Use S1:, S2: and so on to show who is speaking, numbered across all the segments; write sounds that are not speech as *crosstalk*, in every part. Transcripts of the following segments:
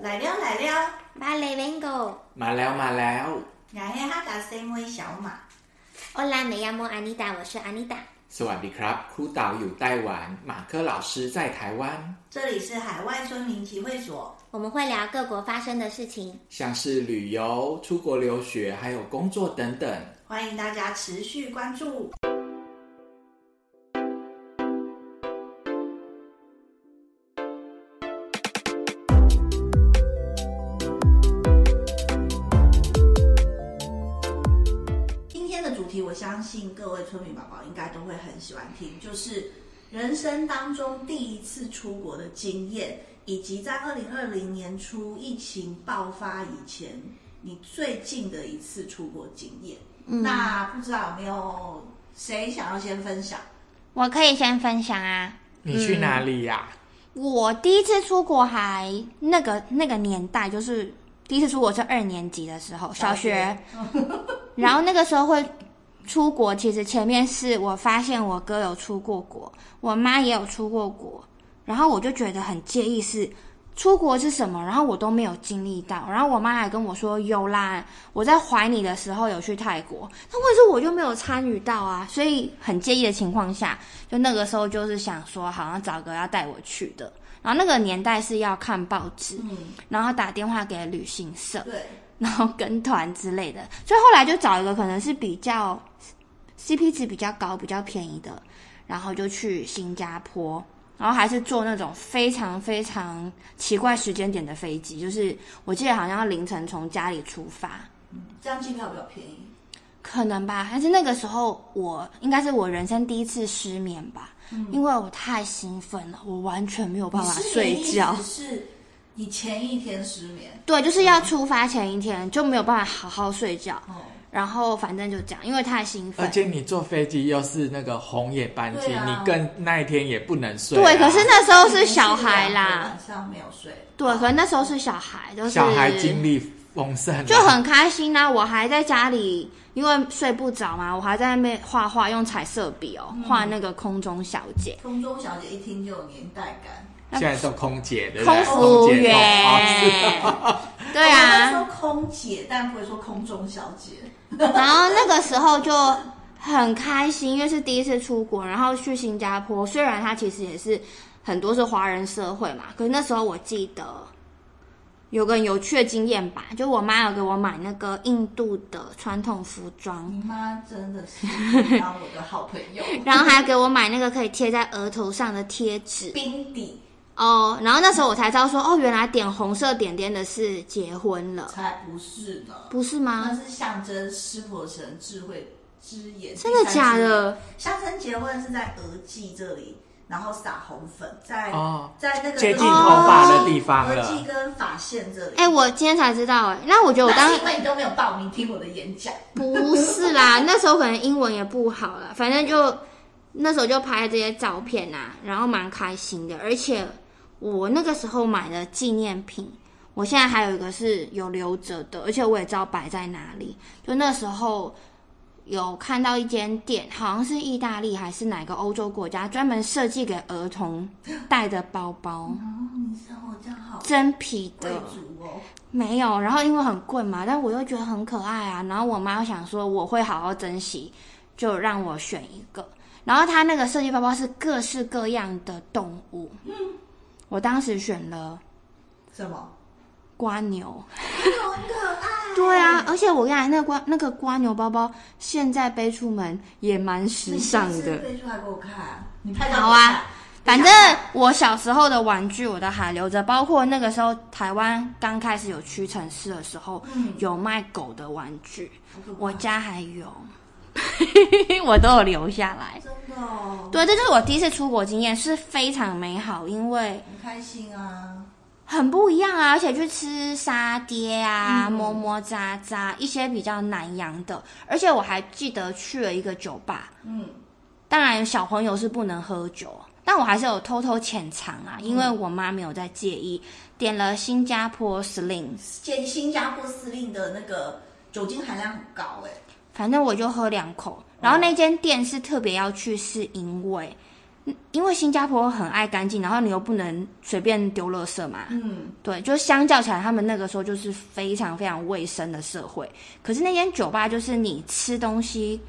S1: 来了来了，
S2: 马雷文狗，
S3: มาแล้วมาแล้ว
S1: 俺黑哈达身为小马，
S2: 欧拉美亚莫安妮达，我是安妮达。
S3: สวัสดีครับ ครูเต่าอยู่ไต้หวัน 马克老师在台湾
S1: 这里是海外村民集会所，
S2: 我们会聊各国发生的事情。
S3: 像是旅游、出国留学，还有工作等等。
S1: 欢迎大家持续关注。今天的主题，我相信各位村民宝宝应该都会很喜欢听，就是人生当中第一次出国的经验，以及在二零二零年初疫情爆发以前，你最近的一次出国经验。
S2: 嗯
S1: 那不知道有没有谁想要先分享？
S2: 我可以先分享啊，
S3: 你去哪里呀、
S2: 嗯我第一次出国还那个那个年代，就是第一次出国是二年级的时候，小学。 *laughs* 然后那个时候会出国，其实前面是我发现我哥有出过国，我妈也有出过国，然后我就觉得很介意是出国是什么，然后我都没有经历到。然后我妈还跟我说：“有啦，我在怀你的时候有去泰国，那为什么我就没有参与到啊？”所以很介意的情况下，就那个时候就是想说，好像找个要带我去的。然后那个年代是要看报纸，
S1: 嗯，
S2: 然后打电话给旅行社，
S1: 对，
S2: 然后跟团之类的，所以后来就找一个可能是比较 CP 值比较高、比较便宜的，然后就去新加坡，然后还是坐那种非常非常奇怪时间点的飞机，就是我记得好像要凌晨从家里出发，
S1: 嗯这样机票比较便宜。
S2: 可能吧，但是那个时候我应该是我人生第一次失眠吧，因为我太兴奋了，我完全没有办法
S1: 你失眠
S2: 睡
S1: 意思
S2: 觉。
S1: 是你前一天失眠
S2: 对，就是要出发前一天就没有办法好好睡觉，
S1: 哦，
S2: 然后反正就这样，因为太兴奋
S3: 而。且你坐飞机又是那个红眼班机，
S1: 对啊
S3: 你更那一天也不能睡、啊。
S2: 对，可是那时候是小
S1: 你
S2: 孩
S1: 是两个
S2: 啦
S1: 晚，上没有睡。哦
S2: 对，可能那时候是小孩，就是
S3: 啊小孩精力丰盛啊，
S2: 就很开心啦、我还在家里，因为睡不着嘛，我还在那边画画，用彩色笔哦，
S3: 嗯
S2: 画那个空中小姐。
S1: 空中小姐一听就有年代感。
S3: 现在都空姐对不
S2: 空
S3: 对？
S2: 服
S3: 空姐
S2: 员
S3: 哦是
S1: 哦
S2: 对
S3: *laughs*
S1: 我
S2: 啊，
S1: 会说空姐，但不会说空中小姐。
S2: *laughs* 然后那个时候就很开心，因为是第一次出国，然后去新加坡。虽然它其实也是很多是华人社会嘛，可是那时候我记得有个有趣的经验吧，就我妈有给我买那个印度的传统服装， *laughs*
S1: 你妈真的是当我的好朋友。
S2: 然后还给我买那个可以贴在额头上的贴纸
S1: 冰底
S2: 哦。然后那时候我才知道说，哦，原来点红色点点的是结婚了，
S1: 才不是呢，
S2: 不是
S1: 那
S2: 吗？
S1: 是象征湿婆神智慧之眼。
S2: 真的假的？
S1: 象征结婚是在额际这里，然后撒红粉，在、
S2: *laughs*
S3: 哦
S1: 在那个
S3: 接近头发的地方
S1: 额
S3: 了
S1: 际跟发线这里。
S2: 哎、我今天才知道哎、那我觉得我
S1: 那
S2: 当
S1: 是因为你都没有报名听我的演讲，哦
S2: 不是啦，那时候可能英文也不好啦，反正就那时候就拍这些照片呐、然后蛮开心的。而且我那个时候买的纪念品，我现在还有一个是有留着的，而且我也知道摆在哪里。就那时候有看到一间店，好像是意大利还是哪个欧洲国家，专门设计给儿童戴的包包，
S1: 嗯，你生活这样好
S2: 真
S3: 嗯
S2: 皮
S1: 贵
S2: 的。
S1: 族哦，
S2: 没有，然后因为很贵嘛，但我又觉得很可爱啊。然后我妈想说我会好好珍惜，就让我选一个。然后她那个设计包包是各式各样的动物，我当时选了
S1: 什
S2: *laughs*
S1: 么？
S2: 瓜牛。
S1: 很可爱。
S2: 对啊，而且我跟你讲，那个瓜那个瓜牛包包现在背出门也蛮时尚
S1: 你下次
S2: 的。
S1: 背出来给我看，你拍照
S2: 好
S1: 给我看
S2: 啊。反正我小时候的玩具我都还留着，包括那个时候台湾刚开始有屈臣氏的时候，
S1: 嗯
S2: 有卖狗的玩具。
S1: 我
S2: 我家还有， *laughs* 我都有留下来。
S1: 真的哦，
S2: 对，这就是我第一次出国经验，是非常美好，因为
S1: 很开心啊。
S2: 很不一样啊，而且去吃沙爹啊、
S1: 嗯
S2: 么么喳喳一些比较南洋的，而且我还记得去了一个酒吧，
S1: 嗯，
S2: 当然小朋友是不能喝酒，但我还是有偷偷潜藏啊，因为我妈没有在介意，点了新加坡 Sling，
S1: 建新加坡司令的那个酒精含量很高哎、
S2: 反正我就喝两口。然后那间店是特别要去，是因为因为新加坡很爱干净，然后你又不能随便丢垃圾嘛，
S1: 嗯，
S2: 对，就相较起来，他们那个时候就是非常非常卫生的社会。可是那间酒吧就是你吃东西，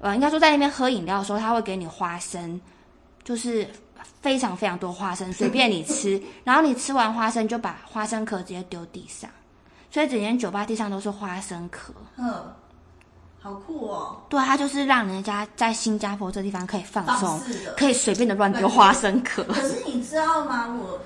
S2: 呃，应该说在那边喝饮料的时候，他会给你花生，就是非常非常多花生，随便你吃。然后你吃完花生，就把花生壳直接丢地上，所以整间酒吧地上都是花生壳。
S1: 嗯哼，好酷哦，
S2: 对，它就是让人家在新加坡这地方可以放松
S1: 放，肆的。
S2: 可以随便的乱丢花生壳。
S1: 可是你知道吗？我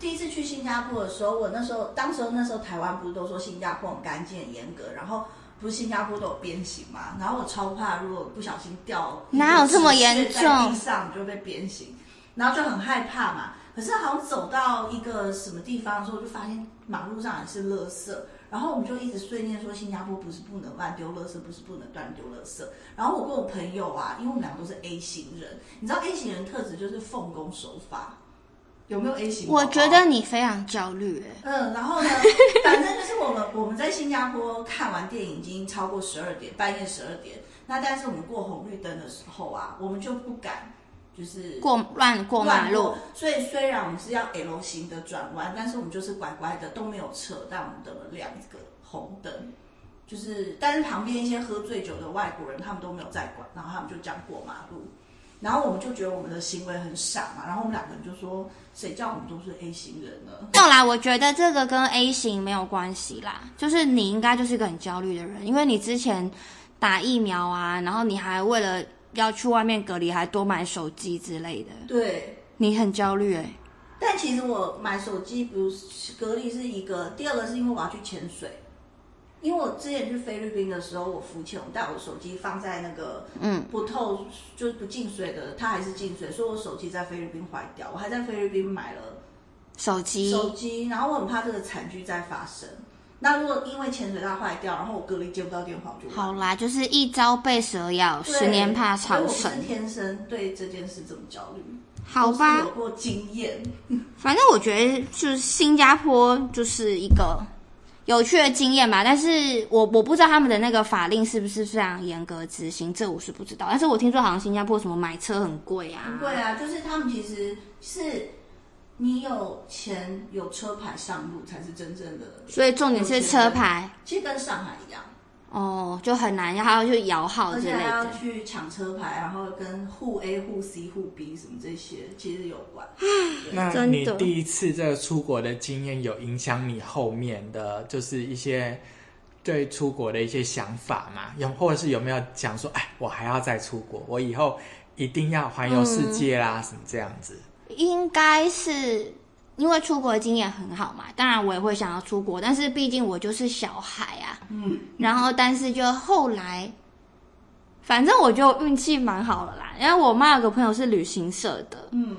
S1: 第一次去新加坡的时候，我那时候，当时候那时候台湾不是都说新加坡很干净、很严格，然后不是新加坡都有鞭刑嘛？然后我超怕，如果不小心掉，
S2: 哪有这么严重
S1: 一个纸屑在地上就会被鞭刑，然后就很害怕嘛。可是好像走到一个什么地方的时候，就发现马路上也是垃圾，然后我们就一直碎念说新加坡不是不能乱丢垃圾，不是不能乱丢垃圾。然后我跟我朋友啊，因为我们两个都是 A 型人，你知道 A 型人特质就是奉公守法，有没有 A 型？
S2: 我觉得。你非常焦虑、欸
S1: 嗯，然
S2: *laughs*
S1: 后呢，反正就是我们我们在新加坡看完电影已经超过十二点，半夜十二点。那但是我们过红绿灯的时候啊，我们就不敢就是
S2: 过乱过马
S1: 乱
S2: 路
S1: 过。所以虽然我们是要 L 型的转弯，但是我们就是乖乖的都没有车，但我们等了两个红灯。就是，但是旁边一些喝醉酒的外国人，他们都没有在管，然后他们就这样过马路，然后我们就觉得我们的行为很傻嘛，然后我们两个人就说，谁叫我们都是 A 型人呢？
S2: 没有啦，我觉得这个跟 A 型没有关系啦，就是你应该就是一个很焦虑的人，因为你之前打疫苗啊，然后你还为了要去外面隔离，还多买手机之类的，
S1: 对，
S2: 你很焦虑哎、
S1: 但其实我买手机不是隔离是一个，第二个是因为我要去潜水，因为我之前去菲律宾的时候，我浮潜，我带我手机放在那个
S2: 嗯，
S1: 不透就是不进水的，它还是进水，所以我手机在菲律宾坏掉，我还在菲律宾买了
S2: 手机
S1: 手机，然后我很怕这个惨剧再发生。那如果因为潜水它坏掉，然后我隔离接不到电话，我就完
S2: 好啦，就是一朝被蛇咬，
S1: 对
S2: 十年怕草
S1: 所以我不
S2: 绳
S1: 是，天生对这件事这么焦虑，
S2: 好
S1: 我
S2: 吧
S1: 是有。过经验，
S2: 反正我觉得就是新加坡就是一个有趣的经验吧，但是我我不知道他们的那个法令是不是非常严格执行，这我是不知道。但是我听说好像新加坡什么买车很贵啊，
S1: 很贵啊，就是他们其实是你有钱有车牌上路才是真正的，
S2: 所以重点是车牌
S1: 其实跟上海一样，
S2: 哦，就很难，然后就摇号
S1: 而
S2: 之
S1: 且
S2: 类
S1: 还要
S2: 的。
S1: 去抢车牌，然后跟互 A 互 C 互 B 什么这些其实有关。
S3: 那
S2: 真
S3: 你
S2: 的
S3: 第一次这个出国的经验有影响你后面的就是一些对出国的一些想法吗？有或者是有没有讲说，哎，我还要再出国，我以后一定要环游世界啦，什么这样子？
S2: 应该是因为出国的经验很好嘛，当然我也会想要出国，但是毕竟我就是小孩啊，
S1: 嗯，
S2: 然后但是就后来，反正我觉得我运气蛮好了啦，因为我妈有个朋友是旅行社的，
S1: 嗯，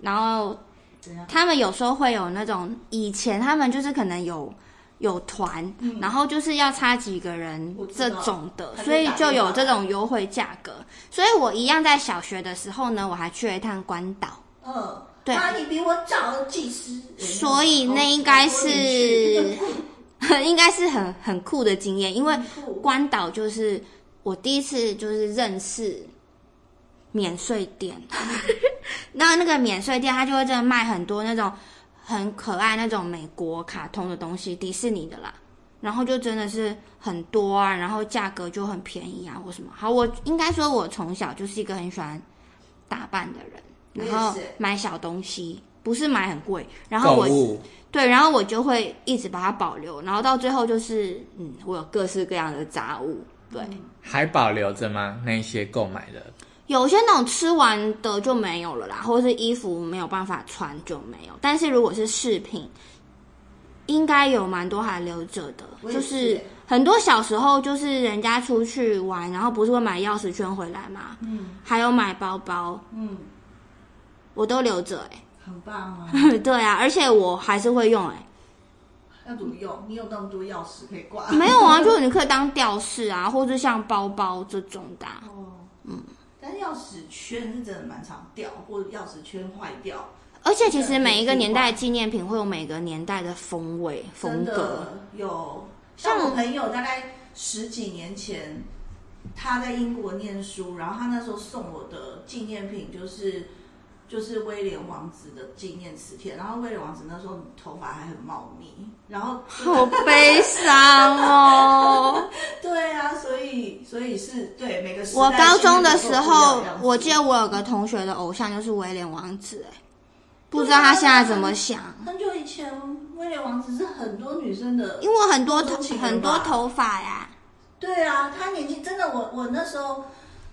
S2: 然后
S1: 怎样？
S2: 他们有时候会有那种以前他们就是可能有有团，
S1: 嗯
S2: 然后就是要差几个人
S1: 我知
S2: 这
S1: 道
S2: 种的，
S1: 他就
S2: 所以
S1: 打
S2: 就
S1: 电
S2: 有
S1: 话
S2: 这
S1: 来
S2: 种优惠价格。所以我一样在小学的时候呢，我还去了一趟关岛， *laughs*
S1: 嗯，
S2: 对
S1: 啊，你比我早了几十，
S2: 所以那应该是应该是很很酷的经验，因为
S1: 很酷
S2: 关岛就是我第一次就是认识免税店， *laughs* 那那个免税店它就会真的卖很多那种很可爱那种美国卡通的东西，迪士尼的啦。然后就真的是很多啊，然后价格就很便宜啊，或什么。好，我应该说，我从小就是一个很喜欢打扮的
S1: 我
S2: 人，
S1: 也
S2: 然后
S1: 是
S2: 买小东西，不是买很贵。然后
S3: 购
S2: 我
S3: 物
S2: 对，然后我就会一直把它保留，然后到最后就是，嗯，我有各式各样的杂物，对，
S1: 嗯
S3: 还保留着吗？那一些购买的
S2: 有些那种吃完的就没有了啦，或是衣服没有办法穿就没有，但是如果是饰品，应该有蛮多还留着的，
S1: 我也
S2: 就是是很多小时候就是人家出去玩，然后不是会买钥匙圈回来吗？
S1: 嗯
S2: 还有买包包，
S1: 嗯，
S2: 我都留着哎、
S1: 很棒啊！
S2: 欸， *laughs* 对啊，而且我还是会用哎、
S1: 要怎么用？你有那么多钥匙可以 *laughs* 挂？
S2: 没有啊，就是你可以当吊饰啊，或者像包包这种的啊、
S1: 哦，但是钥匙圈是真的蛮常掉，或者钥匙圈坏掉，
S2: 而且其实每一个年代的纪念品会有每个年代的风味
S1: 真
S2: 风格。
S1: 的有。
S2: 像
S1: 像我朋友大概十几年前，他在英国念书，然后他那时候送我的纪念品就是就是威廉王子的纪念磁铁，然后威廉王子那时候头发还很茂密，然
S2: *laughs*
S1: 后
S2: 好悲伤哦！
S1: 对啊，所以所以是对每个时代
S2: 我高中的时候
S1: 心里都不一样，
S2: 我记得我有个同学的偶像就是威廉王子，哎，不知道他现在怎么想，
S1: 很久以前威廉王子是很多女生的
S2: 因为我很多头
S1: 钟情人吧
S2: 很多头发呀、
S1: 对啊，他年纪真的，我我那时候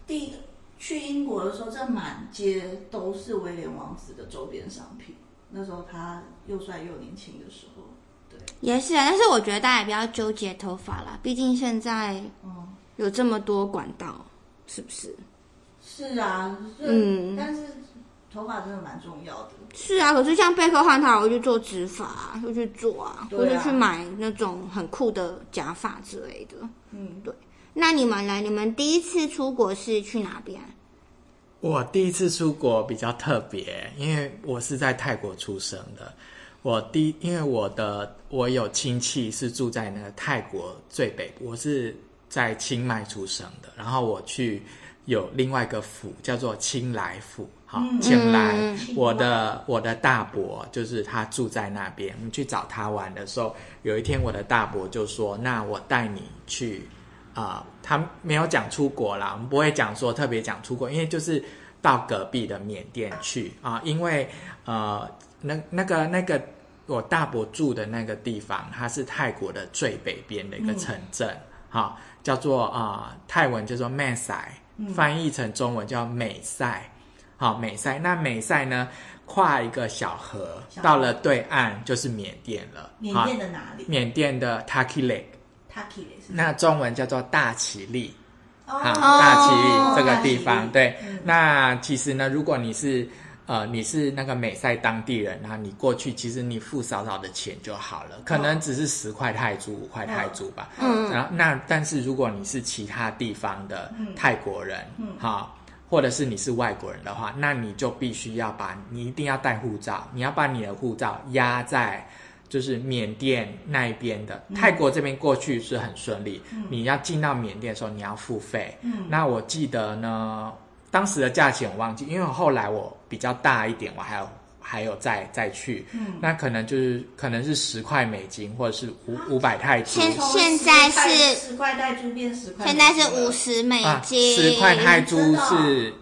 S1: 第去英国的时候，这满街都是威廉王子的周边商品。那时候他又帅又年轻的时候，对，
S2: 也是啊，但是我觉得大家也不要纠结头发啦，毕竟现在
S1: 嗯，
S2: 有这么多管道，是不是？
S1: 是啊，就
S2: 嗯
S1: 但是头发真的蛮重要的。
S2: 是啊，可是像贝克汉他，我去做植发、啊，就去做啊，
S1: 对啊
S2: 或者去买那种很酷的假发之类的。
S1: 嗯，
S2: 那你们呢？你们第一次出国是去哪边？
S3: 我第一次出国比较特别，因为我是在泰国出生的。我第因为我的我有亲戚是住在那个泰国最北部，我是在清迈出生的。然后我去有另外一个府叫做清莱府，好，清莱，
S2: 嗯
S3: 我的我的大伯就是他住在那边。我们去找他玩的时候，有一天我的大伯就说：“那我带你去啊、他没有讲出国啦，我们不会讲说特别讲出国，因为就是到隔壁的缅甸去啊、因为呃，那那个那个我大伯住的那个地方，它是泰国的最北边的一
S1: 嗯
S3: 个城镇，好、叫做啊、泰文叫做曼塞，
S1: 嗯
S3: 翻译成中文叫美塞。好，美塞。那美塞呢，跨一个小河，
S1: 小河
S3: 到了对岸就是缅甸了。
S1: 缅
S3: 好
S1: 甸的哪里
S3: 缅甸的 Taki Lake，
S1: ？Taki 也是。
S3: 那中文叫做大其力。
S1: 哦
S3: 好，啊大其
S2: 哦
S3: 力这个地
S1: 大
S3: 方，
S1: 其力
S3: 对
S1: 嗯。
S3: 那其实呢，如果你是呃你是那个美赛当地人，那你过去其实你付少少的钱就好了，可
S1: 哦
S3: 能只是十块泰铢、五块泰铢吧。
S2: 嗯，
S3: 然后那但是如果你是其他地方的
S1: 嗯
S3: 泰国人，
S1: 嗯
S3: 好，或者是你是外国人的话，那你就必须要把你一定要带护照，你要把你的护照压在。就是缅甸那一边的，
S1: 嗯
S3: 泰国这边过去是很顺利。你要进到缅甸的时候，你要付费。
S1: 嗯
S3: 那我记得呢，当时的价钱我忘记，因为后来我比较大一点，我还有还有再再去，
S1: 嗯
S3: 那可能就是可能是十块美金或者是五
S1: 啊
S3: 五百泰铢，
S2: 现现在是
S1: 十块带猪变十块，
S2: 现在是五。十美
S3: 啊，
S2: 金，
S3: 十块泰
S1: 真
S3: 铢
S1: 的哦
S3: 是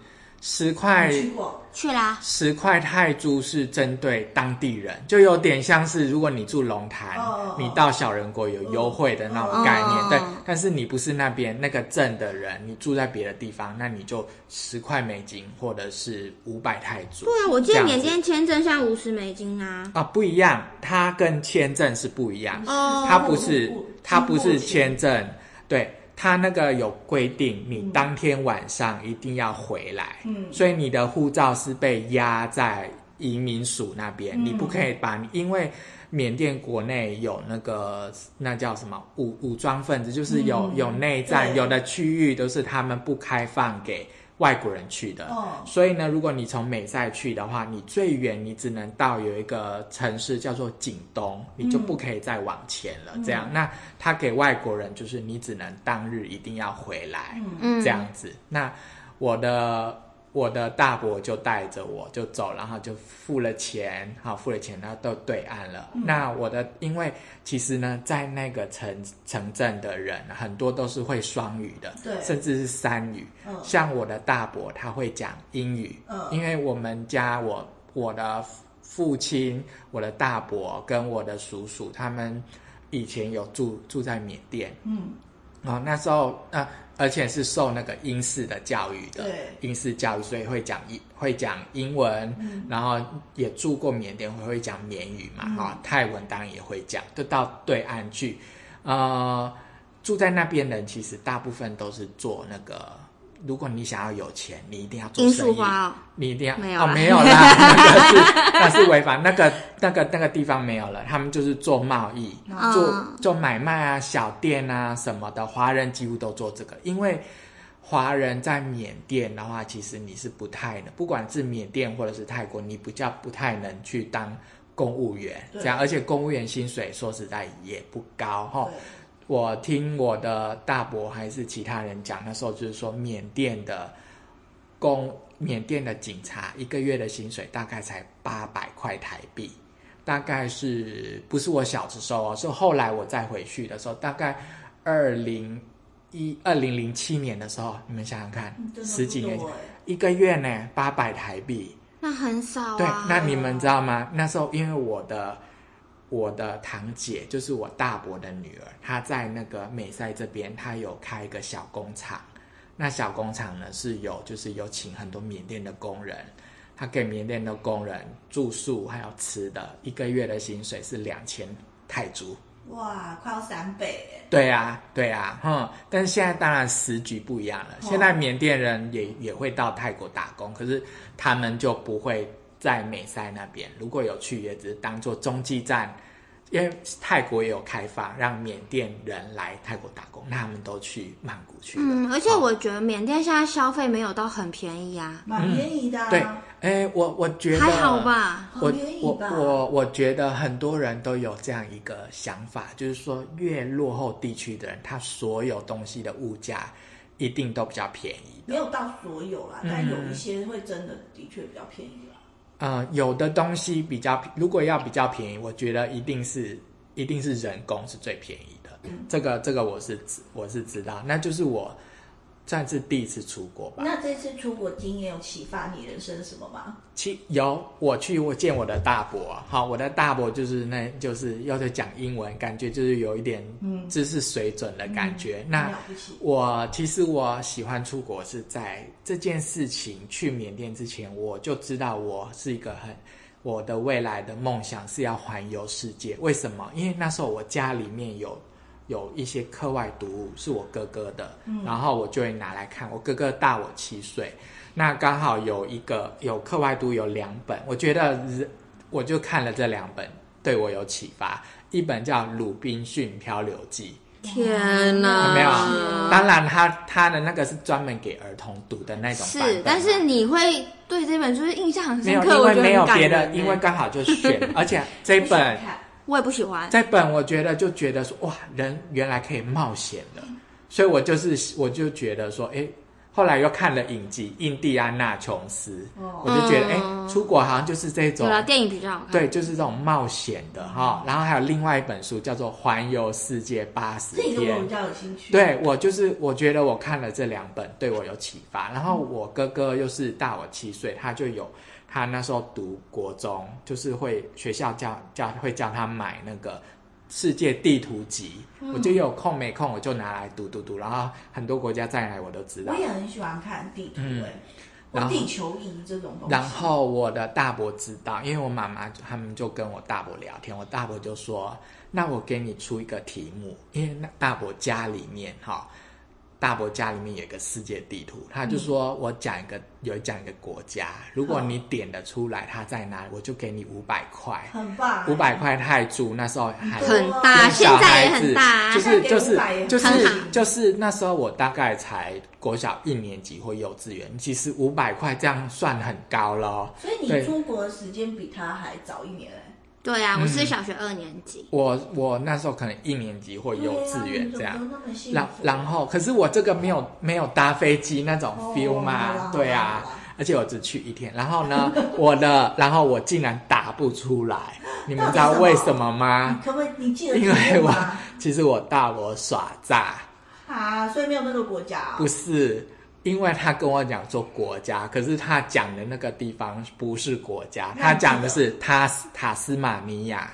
S3: 十块
S1: 你去过？
S2: 去啦。
S3: 十块泰铢是针对当地人，就有点像是如果你住龙潭，
S1: 哦哦哦
S3: 你到小人国有优惠的那种概念，
S2: 哦
S3: 对。但是你不是那边那个镇的人，你住在别的地方，那你就十块美金或者是五百泰铢。
S2: 对啊，我记得
S3: 这样
S2: 缅
S3: 子
S2: 甸签证像五十美金啊。
S3: 啊不一样，它跟签证是不一样，
S2: 哦
S3: 它不是它不是
S1: 签
S3: 签证，对。它那个有规定，你当天晚上一定要回来，
S1: 嗯
S3: 所以你的护照是被压在移民署那边，
S1: 嗯
S3: 你不可以把你，因为缅甸国内有那个那叫什么武武装分子，就是有、
S1: 嗯
S3: 有内战，
S1: 对
S3: 有的区域都是他们不开放给外国人去的，
S1: 哦
S3: 所以呢，如果你从美赛去的话，你最远你只能到有一个城市叫做景东，你就不可以再往前了。这样，那他给外国人就是你只能当日一定要回来，
S2: 嗯
S3: 这样子。那我的我的大伯就带着我就走，然后就付了钱，好付了钱，然后都对岸了。
S1: 嗯
S3: 那我的因为其实呢，在那个城城镇的人很多都是会双语的，
S1: 对
S3: 甚至是三语。
S1: 嗯
S3: 像我的大伯他会讲英语，
S1: 嗯
S3: 因为我们家我我的父亲、我的大伯跟我的叔叔他们以前有住住在缅甸，
S1: 嗯
S3: 啊、那时候那、而且是受那个英式的教育的，
S1: 对
S3: 英式教育，所以会讲英会讲英文，
S2: 嗯
S3: 然后也住过缅甸，会会讲缅语嘛，哈、泰文当然也会讲，就到对岸去，呃，住在那边的人其实大部分都是做那个。如果你想要有钱，你一定要做
S2: 罂
S3: 生
S2: 粟
S3: 意。
S2: 花哦
S3: 你一定要
S2: 没有
S3: 哦，
S2: 啦
S3: 没有啦，那个是那是违法，那个那个那个地方没有了，他们就是做贸易，
S2: 嗯
S3: 做做买卖啊、小店啊什么的，华人几乎都做这个，因为华人在缅甸的话，其实你是不太能，不管是缅甸或者是泰国，你比较不太能去当公务员
S1: 对
S3: 这样，而且公务员薪水说实在也不高哈。
S1: 对
S3: 我听我的大伯还是其他人讲，那时候就是说缅甸的公缅甸的警察一个月的薪水大概才八百块台币，大概是不是我小的时候哦，是后来我再回去的时候，大概二零一二零零七年的时候，你们想想看
S1: 嗯，真的
S3: 十几
S1: 不
S3: 年
S1: 多
S3: 前
S1: 欸
S3: 一个月呢八百台币，
S2: 那很少啊。
S3: 对，那你们知道吗？那时候因为我的我的堂姐就是我大伯的女儿，她在那个美赛这边，她有开一个小工厂。那小工厂呢是有就是有请很多缅甸的工人，她给缅甸的工人住宿还有吃的，一个月的薪水是两千泰铢。
S1: 哇，快要三倍欸耶！
S3: 对啊，对啊，哼，但是现在当然时局不一样了。
S1: 哦
S3: 现在缅甸人也也会到泰国打工，可是他们就不会在美塞那边。如果有去，也只是当做中继站，因为泰国也有开放让缅甸人来泰国打工，那他们都去曼谷去了。
S2: 嗯，而且
S3: 哦
S2: 我觉得缅甸现在消费没有到很便宜啊，
S1: 蛮便宜的、啊
S3: 对，哎，我我觉得
S2: 还好吧？
S1: 很
S3: 我
S1: 便宜
S3: 我
S1: 哦吧？
S3: 我我觉得很多人都有这样一个想法，就是说越落后地区的人，他所有东西的物价一定都比较便宜
S1: 没
S3: 的。
S1: 有到所有啦，
S3: 嗯
S1: 但有一些会真的的确比较便宜啦。
S3: 呃，有的东西比较，如果要比较便宜，我觉得一定是一定是人工是最便宜的。这个这个我是知我是知道，那就是我算是第一次出国吧。
S1: 那这次出国经验有启发你人生什么吗？
S3: 其有我去我见我的大伯啊，好，我的大伯就是那就是要在讲英文，感觉就是有一点
S1: 嗯
S3: 知识水准的感觉。
S1: 很
S3: 那
S1: 了不起，
S3: 我其实我喜欢出国是在这件事情去缅甸之前，我就知道我是一个很我的未来的梦想是要环游世界。为什么？因为那时候我家里面有有一些课外读物是我哥哥的，然后我就会拿来看。我哥哥大我七岁，那刚好有一个有课外读有两本，我觉得人我就看了这两本，对我有启发。一本叫《鲁滨逊漂流记》。
S2: 天哪！
S3: 没
S2: 嗯
S3: 有
S1: 啊
S3: 当然他，他的那个是专门给儿童读的那种版本啊
S2: 是
S3: 嘛，
S2: 但是你会对这本书印象很
S3: 没
S2: 深
S3: 有，
S2: 刻，
S3: 因
S2: 我
S3: 为
S2: 觉得
S3: 没有
S2: 很感
S3: 别
S2: 人
S3: 的，
S2: 欸。
S3: 因为刚好就选，
S2: *laughs*
S3: 而且这
S1: 我
S3: 本
S1: 想看
S2: 我也不喜欢，
S3: 这本我觉得就觉得说哇，人原来可以冒险的，所以我就是我就觉得说，哎，后来又看了影集《印第安纳琼斯》，
S1: 哦
S3: 我就觉得哎、
S2: 嗯
S3: 出国好像就是这
S2: 有
S3: 种
S2: 了电影比较好看。
S3: 对，就是这种冒险的哈、然后还有另外一本书叫做《环游世界八十
S1: 这
S3: 天》，
S1: 个我比较有兴趣。，
S3: 对我就是，我觉得我看了这两本对我有启发。然后我哥哥又是大我七岁，他就有他那时候读国中，就是会学校叫叫会叫他买那个世界地图集，我就有空没空我就拿来读读读，然后很多国家再来我都知道
S1: 我。也很喜欢看地图
S3: 嗯
S1: 诶、
S3: 然
S1: 或
S3: 后
S1: 地球仪这种东西。
S3: 然后我的大伯知道，因为我妈妈他们就跟我大伯聊天，我大伯就说：“那我给你出一个题目，因为那大伯家里面哈、大伯家里面有一个世界地图，他就说我讲一个有讲一个国家，如果你点得出来它在哪里，我就给你五百块，
S1: 很棒、欸
S3: 五百块泰铢，那时候还
S2: 很大，
S3: 跟
S2: 啊现
S3: 小
S2: 在也
S3: 孩
S2: 很
S3: 子
S2: 大啊
S3: 就。是
S1: 现在给
S3: 就是
S1: 500也
S3: 就是
S2: 很
S1: 好
S3: 就是那时候我大概才国小一年级或幼稚园，其实五百块这样算很高咯。
S1: 所以你
S3: 对
S1: 出国的时间比他还早一年、欸，
S2: 对啊，我是小学二年级，
S3: 我我那时候可能一年级或
S1: 对
S3: 幼
S1: 啊
S3: 稚园这样，
S1: 你怎么都那么幸
S3: 然
S1: 福啊
S3: 然后，可是我这个没有没有搭飞机那种
S1: 哦
S3: feel
S1: 好啦
S3: 嘛，
S1: 好
S3: 对
S1: 啦
S3: 啊
S1: 好啦，
S3: 而且我只去一天。然后呢， *laughs* 我的，然后我竟然打不出来，你们知道为什么吗
S1: 你？可不可以？你记得
S3: 啊因
S1: 题
S3: 为
S1: 目
S3: 我
S1: 吗
S3: 其实我大我耍诈，
S1: 啊，所以没有那个国家、
S3: 不
S1: 哦。
S3: 是，因为他跟我讲说国家，可是他讲的那个地方不是国家，
S1: 那
S3: 他
S1: 你记
S3: 讲的
S1: 得
S3: 是塔斯塔斯马尼亚。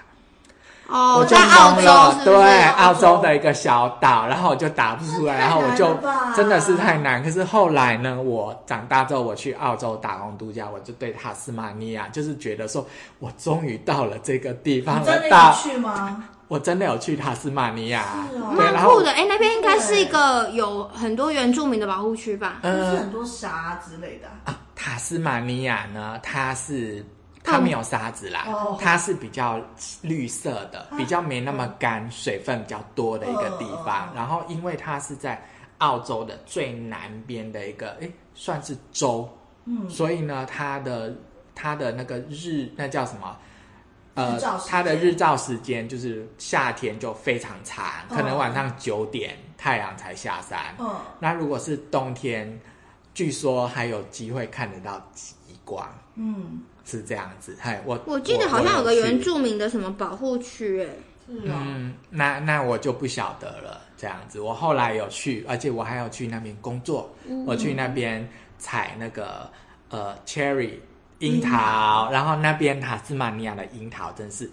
S2: 哦，
S3: 嗯我就
S2: 在澳
S3: 懵
S2: 洲
S3: 了
S2: 是，不是
S3: 对，啊
S1: 澳
S3: 澳
S1: 洲
S3: 洲的一个小岛，然后我就打不出来，
S1: 那太
S3: 然后我
S1: 难
S3: 就
S1: 了吧
S3: 真的是太难。可是后来呢，我长大之后，我去澳洲打工度假，我就对塔斯马尼亚就是觉得说，我终于到了这个地方
S1: 你真的
S3: 了，
S1: 有
S3: 啊到
S1: 去吗？
S3: 我真的有去塔斯马尼亚，
S1: 是哦
S3: 对，然
S2: 蛮酷
S3: 后
S2: 的。哎，那边应该是一个有很多原住民的保护区吧？
S1: 不是
S3: 嗯、
S1: 很多沙之类的啊、
S3: 啊塔斯马尼亚呢，它是。它没有沙子啦，
S1: 哦啊
S3: 它是比较绿色的，比较没那么干，水分比较多的一个地
S1: 嗯嗯
S3: 方
S1: 嗯。
S3: 然后因为它是在澳洲的最南边的一个，诶，算是州，
S1: 嗯，
S3: 所以呢，它的它的那个日那叫什么？呃
S1: 日照时，间
S3: 它的日照时间就是夏天就非常长，
S1: 嗯
S3: 可能晚上九点太阳才下山。
S1: 嗯，
S3: 那如果是冬天，据说还有机会看得到极光，
S1: 嗯，
S3: 是这样子。嗨，我
S2: 我记得好像有个原
S3: 去
S2: 住民的什么保护区，哎，
S1: 是哦，
S3: 嗯，那那我就不晓得了。这样子，我后来有去，而且我还有去那边工作，
S2: 嗯
S3: 我去那边采那个呃 cherry 樱桃，然后那边塔斯马尼亚的樱桃真是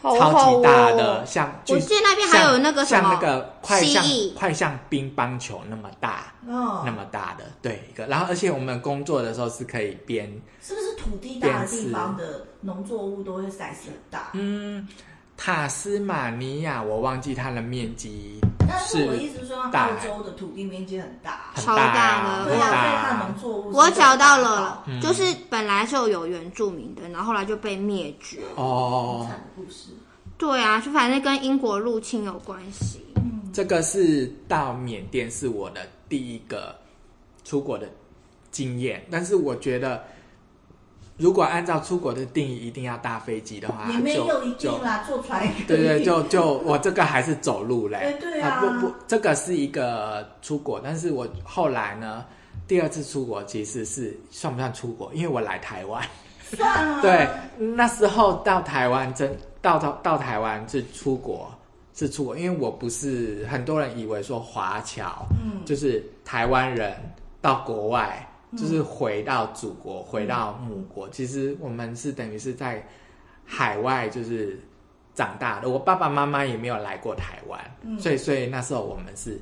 S2: 好
S3: 超
S2: 好
S3: 级大的，
S2: 哦
S3: 像
S2: 我
S3: 据
S2: 记得那边还有
S3: 像
S2: 那个什
S3: 像
S2: 么
S3: 那个快
S2: 蜥
S3: 像
S2: 蜴
S3: 快像乒乓球那么大。那
S1: 哦，
S3: 么大的，对一个，然后而且我们工作的时候是可以边
S1: 是不是土地大的
S3: 电池
S1: 地方的农作物都会 size 很大？
S3: 嗯，塔斯马尼亚我忘记它的面积
S1: 但是我
S3: 是
S1: 一直说
S3: 大
S1: 澳洲的土地面积很大，
S3: 很
S2: 超
S3: 大
S2: 大
S3: 啊
S2: 的
S1: 对
S3: 很
S1: 啊，所
S3: 大
S1: 以它
S3: 啊
S1: 农。作物是
S2: 我找到
S1: 很大
S2: 了，
S3: 嗯
S2: 就是本来就有原住民的，然后后来就被灭绝。
S1: 很
S3: 哦，
S1: 惨的故事，
S2: 对啊，就反正跟英国入侵有关系。
S3: 这个是到缅甸是我的第一个出国的经验，但是我觉得。如果按照出国的定义，一定要搭飞机的话，
S1: 也没
S3: 啊就
S1: 有一定
S3: 就
S1: 啦，坐船也可
S3: *laughs* 对
S1: 以
S3: 对，就就我这个还是走路嘞。
S1: 哎对啊
S3: 不不，这个是一个出国，但是我后来呢，第二次出国其实是算不算出国？因为我来台湾，
S1: 算啊，
S3: *laughs* 对，那时候到台湾真到到到台湾是出国，是出国，因为我不是很多人以为说华侨，
S1: 嗯
S3: 就是台湾人到国外，就是回到祖国，回到母国。其实我们是等于是在海外就是长大的，我爸爸妈妈也没有来过台湾，
S1: 嗯
S3: 所以所以那时候我们是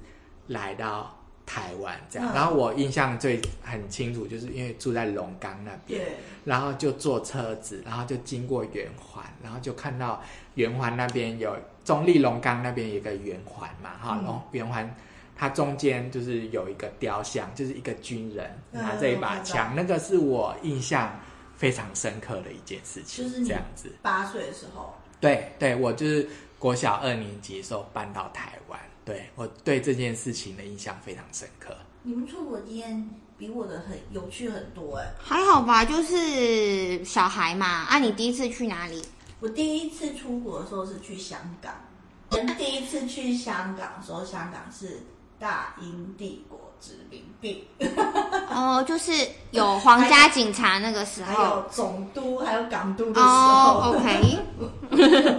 S3: 来到。台湾这
S1: 嗯
S3: 样，然后我印象最很清楚，就是因为住在龙岗那边，
S1: 对，
S3: 然后就坐车子，然后就经过圆环，然后就看到圆环那边有中立龙岗那边有一个圆环嘛，哈、
S1: 嗯
S3: 然后圆环它中间就是有一个雕像，就是一个军人
S1: 嗯
S3: 拿着一把
S1: 我看到
S3: 枪，那个是我印象非常深刻的一件事情，
S1: 就是你
S3: 这样子。
S1: 八岁的时候，
S3: 对对，我就是国小二年级的时候搬到台湾，对我对这件事情的印象非常深刻。
S1: 你们出国经验比我的很有趣很多哎、
S2: 还好吧，就是小孩嘛。啊，你第一次去哪
S1: *laughs*
S2: 里？
S1: 我第一次出国的时候是去香港，人第一次去香港的时候，香港是大英帝国殖民地，
S2: 哦，就是有皇家警察那个时
S1: 还
S2: 候
S1: 有。总督，还有港督的时候。
S2: 哦，OK，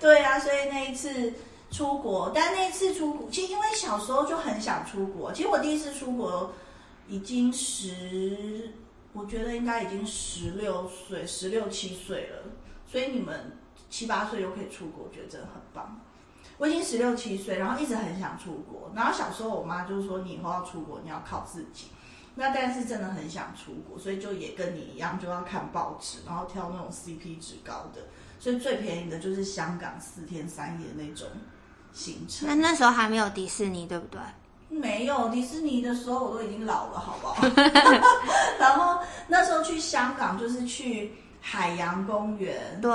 S1: 对啊，所以那一次出国，但那一次出国，其实因为小时候就很想出国。其实我第一次出国已经十，我觉得应该已经十六岁、十六七岁了。所以你们七八岁就可以出国，我觉得真的很棒。我已经十六七岁，然后一直很想出国。然后小时候我妈就说：“你以后要出国，你要靠自己。”那但是真的很想出国，所以就也跟你一样，就要看报纸，然后挑那种 CP 值高的。所以最便宜的就是香港四天三夜那种行
S2: 那
S1: 程。
S2: 那时候还没有迪士尼，对不对？
S1: 没有迪士尼的时候，我都已经老了，好不好？然后那时候去香港就是去海洋公园，
S2: 对，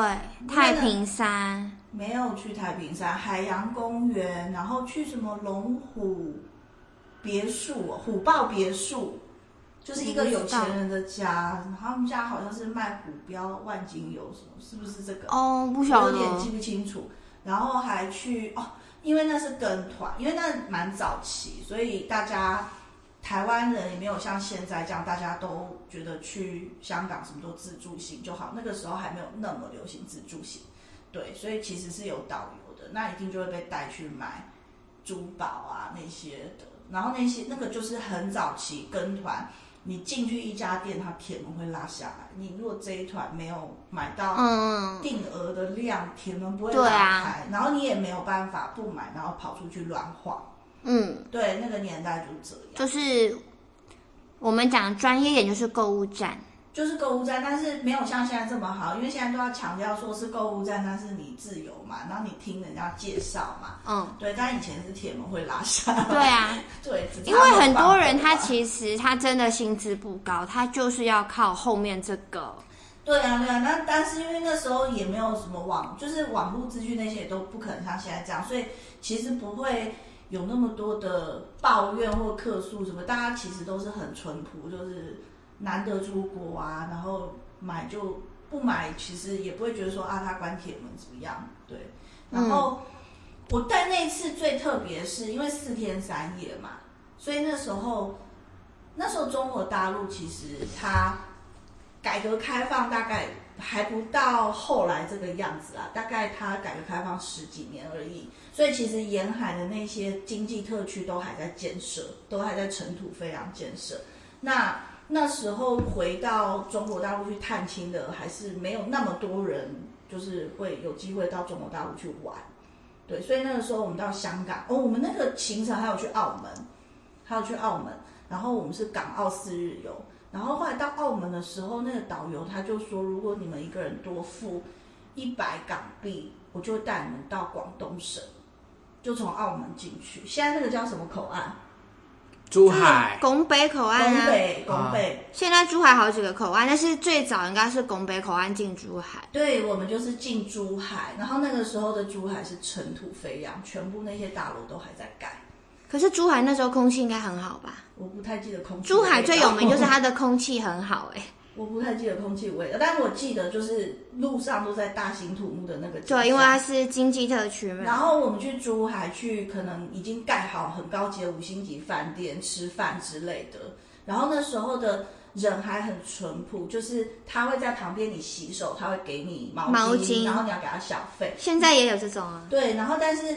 S2: 太平山。
S1: 没有去太平山海洋公园，然后去什么龙虎别墅哦、虎豹别墅，就是一个有钱人的家，然后他们家好像是卖虎标、万金油什么，是不是这个？
S2: 哦，不晓
S1: 有
S2: 得。
S1: 点记不清楚。然后还去哦，因为那是跟团，因为那蛮早期，所以大家呃台湾人也没有像现在这样，大家都觉得去香港什么都自助行就好。那个时候还没有那么流行自助行，对，所以其实是有导游的，那一定就会被带去买珠宝啊那些的。然后那些那个就是很早期跟团，你进去一家店，它铁门会拉下来。你如果这一团没有买到
S2: 嗯，
S1: 定额的量，铁门不会
S2: 对
S1: 打开，
S2: 啊
S1: 然后你也没有办法不买，然后跑出去乱晃。
S2: 嗯，
S1: 对，那个年代就是这样，
S2: 就是我们讲专业一点，就是购物站。
S1: 就是购物站，但是没有像现在这么好，因为现在都要强调说是购物站，但是你自由嘛，然后你听人家介绍嘛。
S2: 嗯，
S1: 对，但以前是铁门会拉下来。
S2: *laughs* 对
S1: *laughs*
S2: 啊，
S1: 对，只是
S2: 因为
S1: 他们
S2: 很多人
S1: 放
S2: 他
S1: 狗啊
S2: 其实他真的薪资不高，他就是要靠后面这个。
S1: 对啊对啊，那但是因为那时候也没有什么网，就是网络资讯那些也都不可能像现在这样，所以其实不会有那么多的抱怨或客诉什么，大家其实都是很淳朴，就是难得出国啊，然后买就不买，其实也不会觉得说啊他关铁门怎么样，对，然后。我但那一次最特别是因为四天三夜嘛，所以那时候那时候中国大陆其实它改革开放大概还不到后来这个样子啊，大概它改革开放十几年而已，所以其实沿海的那些经济特区都还在建设，都还在尘土飞扬建设。那那时候回到中国大陆去探亲的，还是没有那么多人，就是会有机会到中国大陆去玩。对，所以那个时候我们到香港，哦，我们那个行程还有去澳门，还有去澳门，然后我们是港澳四日游，然后后来到澳门的时候，那个导游他就说，如果你们一个人多付一百港币，我就会带你们到广东省，就从澳门进去。现在那个叫什么口岸？
S3: 珠海，
S2: 拱北口岸
S1: 拱
S2: 啊。
S1: 北，拱北。
S2: 现在珠海好几个口岸，但是最早应该是拱北口岸进珠海。
S1: 对，我们就是进珠海，然后那个时候的珠海是尘土飞扬，全部那些大楼都还在盖。
S2: 可是珠海那时候空气应该很好吧？
S1: 我不太记得空气。
S2: 珠海最有名就是，它的空气很好、欸，
S1: *laughs* 我不太记得空气味道，但是我记得就是路上都在大兴土木的那个。
S2: 对，因为它。是经济特区嘛。
S1: 然后我们去珠海去，可能已经盖好很高级的五星级饭店吃饭之类的。然后那时候的人还很淳朴，就是他会在旁边你洗手，他会给你毛巾，
S2: 毛巾
S1: 然后你要给他小费。
S2: 现在也有这种啊，
S1: 对，然后但是，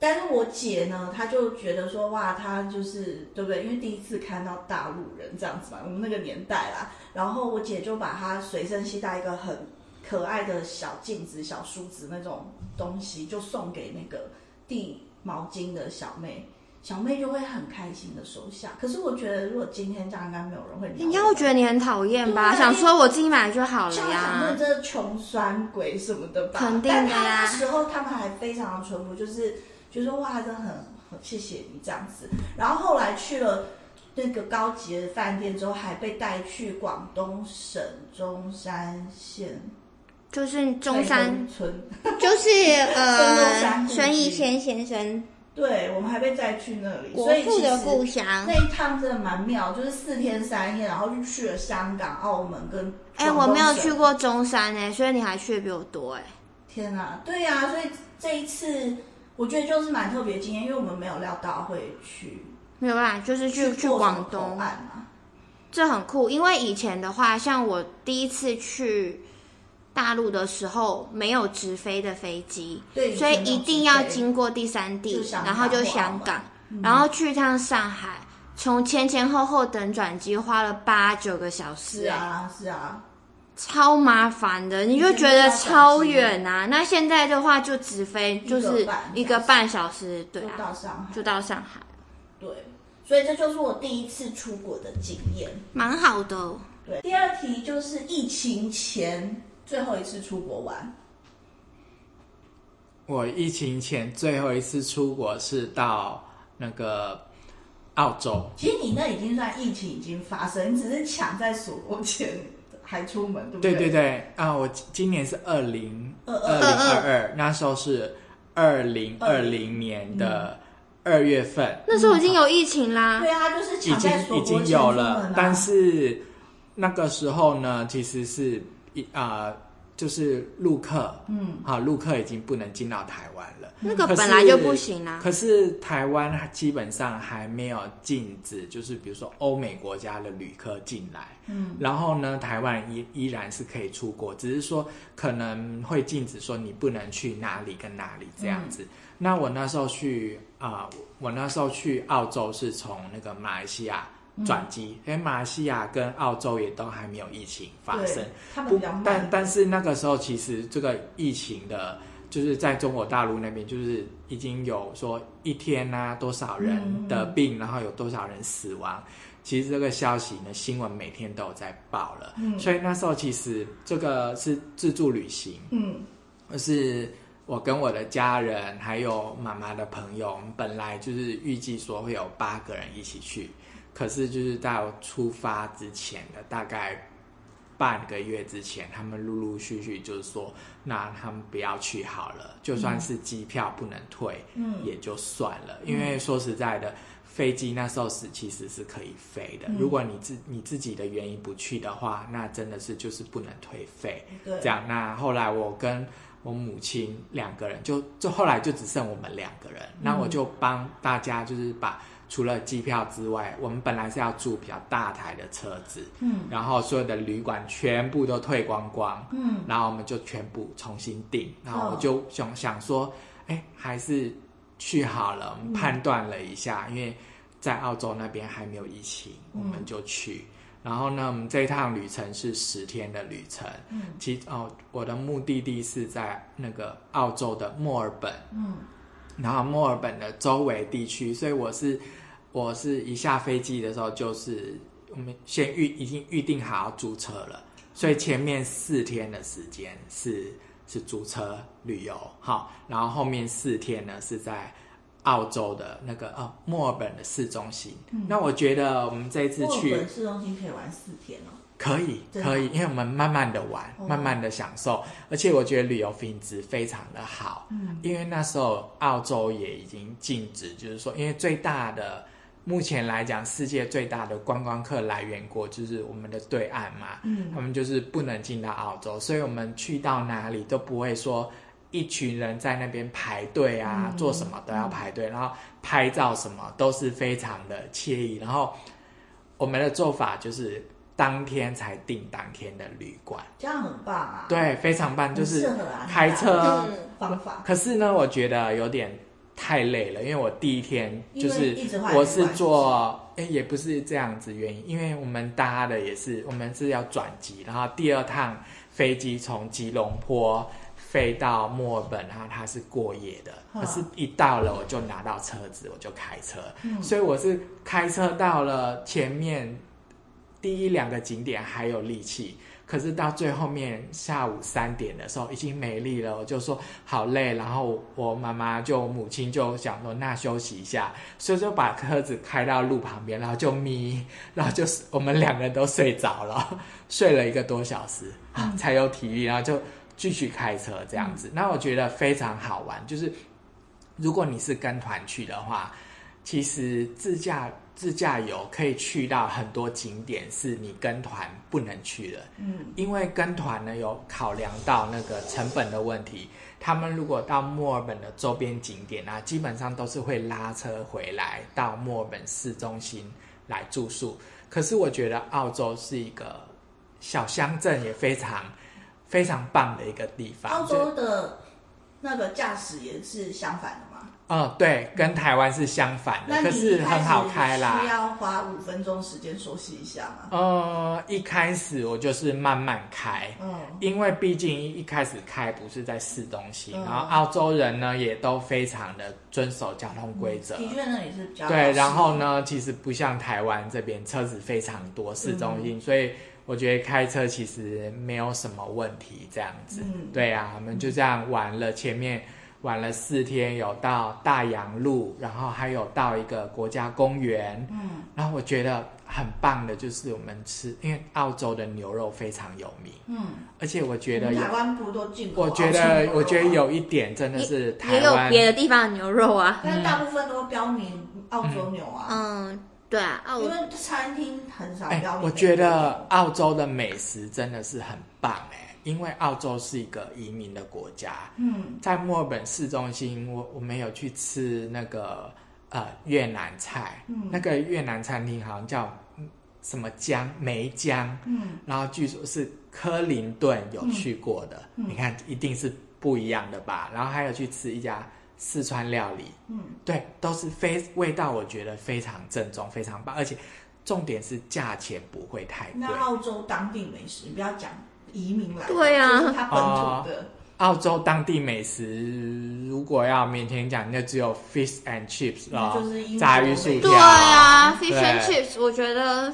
S1: 但是我姐呢，她就觉得说，哇，她就是对不对？因为第一次看到大陆人这样子嘛，我们那个年代啦。然后我姐就把她随身携带一个很可爱的小镜子、小梳子那种东西，就送给那个递毛巾的小妹。小妹就会很开心的收下，可是我觉得如果今天这样，应该没有人会鸟我。
S2: 人家会觉得你很讨厌吧？
S1: 对
S2: 想说我自己买就好了
S1: 像想问
S2: 呀。
S1: 这穷酸鬼什么的吧，
S2: 肯定的
S1: 但
S2: 呀
S1: 他那时候他们还非常的淳朴，就是觉得哇，真的很很谢谢你这样子。然后后来去了那个高级的饭店之后，还被带去广东省中山县
S2: 就是中山，
S1: 翠峰村，
S2: 就是
S1: 中山
S2: 呃，
S1: 故居
S2: 孙逸仙先生
S1: 对我们还被带去那里，
S2: 国
S1: 所以
S2: 父
S1: 其
S2: 的
S1: 实
S2: 故乡
S1: 那。一趟真的蛮妙，就是四天三夜，然后就去了香港、澳门跟
S2: 哎、
S1: 广
S2: 我
S1: 东
S2: 没有
S1: 省
S2: 去过中山哎、所以你还去的比我多哎、
S1: 天呐，对呀、所以这一次我觉得就是蛮特别经验，因为我们没有料到会去
S2: 没有办法，就是去
S1: 过什
S2: 去
S1: 么
S2: 广
S1: 口
S2: 东。
S1: 岸嘛。
S2: 这很酷，因为以前的话，像我第一次去大陆的时候，没有直飞的飞机，
S1: 对，
S2: 所以一定要
S1: 经
S2: 经过第三地
S1: 就，香港
S2: 然后就香港，然后去一趟上海，从前前后后等转机花了八九个小时、
S1: 是啊是啊，
S2: 超麻烦的，你就觉得超远啊。那现在的话就直飞，就是一个半小时，对
S1: 就
S2: 啊，
S1: 到上海，
S2: 就到上海，
S1: 对，所以这就是我第一次出国的经验。
S2: 蛮好的哦。
S1: 对，第二题就是疫情前最后一次出国玩，
S3: 我疫情前最后一次出国是到那个澳洲，
S1: 其实你那已经算疫情已经发生，你只是抢在锁国前 *laughs* 还出门，对不
S3: 对
S1: 对
S3: 对对啊！我今今年是二零
S1: 22
S3: 二零二二，那时候是二零二零年的二月份，
S2: 那时候已经有疫情啦，
S1: 对啊，就是
S3: 已
S1: 抢
S3: 经
S1: 在锁
S3: 已
S1: 国前
S3: 经
S1: 出
S3: 有
S1: 门
S3: 了
S1: 啊，
S3: 但是那个时候呢，其实是一啊、就是陆客，
S1: 嗯，
S3: 啊，陆客已经不能进到台湾了。
S2: 那个
S3: 可是
S2: 本来就不行啊啦。
S3: 可是台湾基本上还没有禁止，就是比如说欧美国家的旅客进来，
S1: 嗯，
S3: 然后呢，台湾依依然是可以出国，只是说可能会禁止说你不能去哪里跟哪里这样子。
S2: 嗯
S3: 那我那时候去啊、我那时候去澳洲是从那个马来西亚转机，
S2: 嗯
S3: 因为马来西亚跟澳洲也都还没有疫情发生
S1: 对，他们
S3: 不
S1: 比较，慢
S3: 但但是那个时候其实这个疫情的，就是在中国大陆那边，就是已经有说一天啊多少人得
S1: 嗯
S3: 病，然后有多少人死亡。其实这个消息呢，新闻每天都有在报了。
S1: 嗯
S3: 所以那时候其实这个是自助旅行，
S1: 嗯
S3: 就是我跟我的家人还有妈妈的朋友，我们本来就是预计说会有八个人一起去，可是就是到出发之前的大概半个月之前，他们陆陆续续就是说，那他们不要去好了，就算是机票不能退，
S1: 嗯
S3: 也就算了，因为说实在的。飞机那时候是其实是可以飞的，
S1: 嗯
S3: 如果你自你自己的原因不去的话，那真的是就是不能退费。
S1: 对，
S3: 这样，那后来我跟我母亲
S1: 嗯
S3: 两个人，就就后来就只剩我们两个人，那我就帮大家就是把除了机票之外，我们本来是要住比较大台的车子，
S1: 嗯
S3: 然后所有的旅馆全部都退光光，
S1: 嗯，
S3: 然后我们就全部重新订。然后我
S1: 哦
S3: 就想想说，哎，还是去好了。
S1: 嗯
S3: 我们判断了一下，因为在澳洲那边还没有疫情，我们就去。然后呢，我们这一趟旅程是十天的旅程。
S1: 嗯，
S3: 其哦，我的目的地是在那个澳洲的墨尔本。
S1: 嗯，
S3: 然后墨尔本的周围地区，所以我是我是一下飞机的时候就是我们先预已经预定好要租车了，所以前面四天的时间是是租车旅游，好，然后后面四天呢是在澳洲的那个呃墨尔本的市中心。那我觉得我们这一次
S1: 嗯墨尔
S3: 去
S1: 本市中心可以玩四天哦。
S3: 可以
S1: 真的
S3: 可以，因为我们慢慢的玩，
S1: 哦
S3: 慢慢的享受，而且我觉得旅游品质非常的好。
S1: 嗯
S3: 因为那时候澳洲也已经禁止，就是说，因为最大的目前来讲，世界最大的观光客来源国就是我们的对岸嘛，
S1: 嗯
S3: 他们就是不能进到澳洲，所以我们去到哪里都不会说一群人在那边排队啊，
S1: 嗯
S3: 做什么都要排队，然后拍照什么都是非常的惬意。然后我们的做法就是当天才订当天的旅馆，
S1: 这样很棒啊。，
S3: 对，非常棒，就
S1: 很适
S3: 是
S1: 合啊
S3: 开
S1: *laughs*
S3: 车。
S2: 嗯
S1: 方法。
S3: 可是呢，我觉得有点太累了，因为我第一天就
S1: 因
S3: 是
S1: 为一直换
S3: 我是坐，哎、也不是这样子原因，因为我们搭的也是我们是要转机，然后第二趟飞机从吉隆坡飞到墨尔本，然后它是过夜的，
S1: 嗯
S3: 可是一到了我就拿到车子，我就开车，
S1: 嗯
S3: 所以我是开车到了前面第一两个景点还有力气，可是到最后面下午三点的时候已经没力了，我就说好累，然后我妈妈就母亲就想说那休息一下，所以就把车子开到路旁边，然后就眯，然后就是我们两个人都睡着了， *laughs* 睡了一个多小时、啊才有体力，然后就继续开车这样子。那我觉得非常好玩，就是如果你是跟团去的话，其实自驾自驾游可以去到很多景点是你跟团不能去的，
S1: 嗯
S3: 因为跟团呢有考量到那个成本的问题，他们如果到墨尔本的周边景点啊，基本上都是会拉车回来到墨尔本市中心来住宿。可是我觉得澳洲是一个小乡镇，也非常非常棒的一个地方。
S1: 澳
S3: 就
S1: 洲的那个驾驶也是相反的嘛。
S3: 嗯，对，跟台湾是相反的，
S1: 那
S3: 可
S1: 你一
S3: 是
S1: 开
S3: 很
S1: 始
S3: 好开啦。
S1: 需要花五分钟时间熟悉一下嘛。
S3: 呃，一开始我就是慢慢开，
S1: 嗯
S3: 因为毕竟一开始开不是在市中心，
S1: 嗯
S3: 然后澳洲人呢也都非常的遵守交通规则。
S1: 的确那里是比较
S3: 啊对，然后？呢，其实不像台湾这边车子非常多，市中心，所以我觉得开车其实没有什么问题，这样子。
S1: 嗯
S3: 对啊，我们就这样玩了，前面玩了四天，有到大洋路，然后还有到一个国家公园，
S1: 嗯
S3: 然后我觉得很棒的就是我们吃，因为澳洲的牛肉非常有名，
S1: 嗯，
S3: 而且我觉得
S1: 我们
S3: 有
S1: 台。湾不都进口
S3: 我
S1: 澳洲
S3: 觉
S1: 牛肉啊？
S3: 得，我觉得有一点真的是
S2: 也
S3: 台
S2: 有
S3: 湾，
S2: 别的地方的牛肉啊。
S3: 嗯
S1: 但大部分都标明澳洲牛啊，
S2: 嗯，对啊，澳
S1: 因为餐厅很少
S3: 哎
S1: 标明。
S3: 我觉得，澳洲的美食真的是很棒哎，因为澳洲是一个移民的国家，
S1: 嗯
S3: 在墨尔本市中心，我我们有去吃那个呃越南菜，
S1: 嗯
S3: 那个越南餐厅好像叫嗯什么江梅江，
S1: 嗯
S3: 然后据说是科林顿有去过的，
S1: 嗯嗯
S3: 你看一定是不一样的吧？然后还有去吃一家四川料理，
S1: 嗯
S3: 对，都是非味道，我觉得非常正宗，非常棒，而且重点是价钱不会太贵
S1: 那。澳洲当地美食，不要讲移民来的，
S2: 对啊
S1: 就是它本土的，
S3: 澳洲当地美食如果要勉强讲，那只有 fish and chips
S1: 那
S3: 啊、
S1: 就是英国
S3: 炸鱼薯
S1: 美食
S3: 条，
S2: 对啊
S3: 对
S2: ，fish and chips，我觉得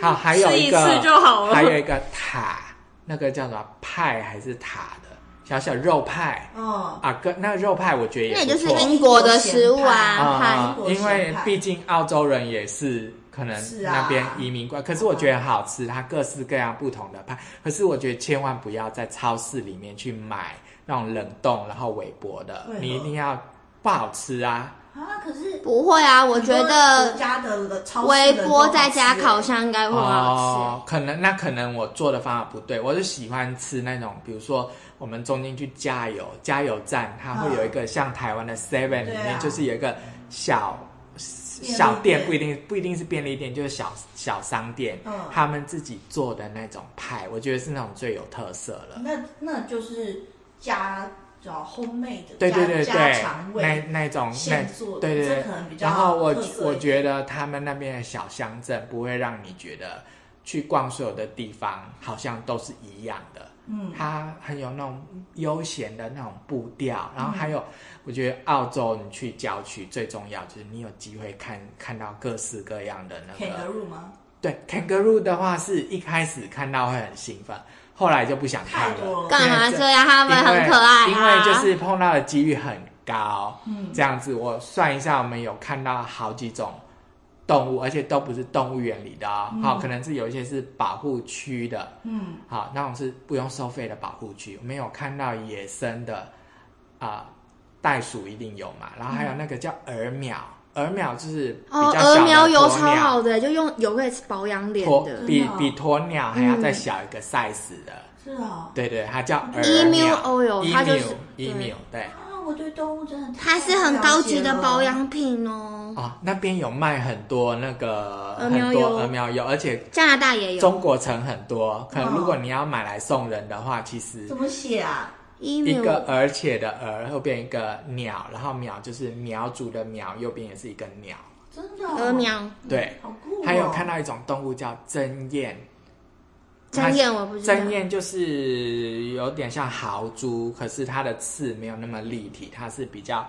S3: 好，还有
S2: 吃一
S3: 个
S2: 次就好了
S3: 还有一个塔，那个叫什么派还是塔的小小肉派
S1: 嗯，
S3: 啊，跟那个肉派我觉得也
S2: 那也
S3: 不
S2: 就是
S3: 错
S2: 英国的食物啊，
S3: 啊、
S2: 派
S1: 派
S3: 因为毕竟澳洲人也是可能
S1: 是啊
S3: 那边移民过来，可是我觉得好吃，它各式各样不同的派。可是我觉得千万不要在超市里面去买那种冷冻然后微波的
S1: 为，何
S3: 你一定要不好吃啊。
S1: 啊，可是
S2: 不会啊，我觉
S1: 很多
S2: 得
S1: 国家的超市
S2: 微
S1: 的都
S2: 波
S1: 好
S2: 再加
S1: 吃欸
S2: 烤箱应该会很好
S3: 哦，可能那可能我做的方法不对，我就喜欢吃那种，比如说我们中间去加油，加油站它会有一个像台湾的 Seven 里
S1: 对
S3: 面
S1: 啊
S3: 就是有一个小小店
S1: 便利店
S3: 不一定不一定是便利店，就是小小商店，
S1: 嗯
S3: 他们自己做的那种派，我觉得是那种最有特色了。
S1: 那那就是家叫 homemade，
S3: 对对
S1: 家
S3: 对
S1: 家
S3: 对
S1: 常，
S3: 那
S1: 味
S3: 那种那
S1: 现做的，
S3: 对对
S1: 这
S3: 对
S1: 可能比较
S3: 然后我
S1: 特色
S3: 我
S1: 一点
S3: 觉得他们那边的小乡镇不会让你觉得去逛所有的地方好像都是一样的，
S1: 嗯
S3: 它很有那种悠闲的那种步调，然后还
S1: 嗯
S3: 有、我觉得澳洲你去郊区最重要就是你有机会看看到各式各样的那
S1: k a
S3: 个
S1: n g 吗？
S3: 对 kangaroo 的话是一开始看到会很兴奋，后来就不想看
S1: 太多了
S2: 干嘛
S3: 对
S2: 这样？他
S3: 哦因为
S2: 们很可爱啊！
S3: 因为就是碰到的几率很高，
S1: 嗯
S3: 这样子我算一下，我们有看到好几种动物，而且都不是动物园里的哦，
S1: 嗯
S3: 好、可能是有一些是保护区的，
S1: 嗯，
S3: 好，那种是不用收费的保护区，我们有看到野生的啊、袋鼠一定有嘛，然后还有那个叫鹅苗，鹅苗就是比
S2: 哦，
S3: 较小的
S2: 鹅苗油
S3: 鸵
S2: 超
S3: 鸟
S2: 好的，就用油可以保养脸
S3: 鸵
S2: 的。嗯
S3: 比
S1: 真的哦
S3: 比鸵鸟还要再小一个 size 的，
S1: 是哦。
S3: 对对，它叫鹅
S2: Emu E
S3: 苗 E
S2: oil，它就是
S3: emu emu 对。
S1: 啊，我对动物真的
S2: 它是很高级的保养品哦，
S3: 哦，那边有卖很多那个
S2: 鹅
S3: 很
S2: 苗
S3: 多呃
S2: 油
S3: 鹅苗油，而且
S2: 加拿大也有。嗯
S3: 中国城很多。可能如果你要买来送人的话，其实
S1: 怎么写啊？
S2: E
S3: 一个
S2: emu
S3: 而且的而后边一个鸟，然后苗就是苗族的苗，右边也是一个鸟。
S1: 真的、哦
S2: 鹅，苗
S3: 对，
S1: 好酷、哦。
S3: 还有看到一种动物叫针燕，它
S2: 针眼我不知道。
S3: 针燕就是有点像豪猪，可是它的刺没有那么立体，它是比较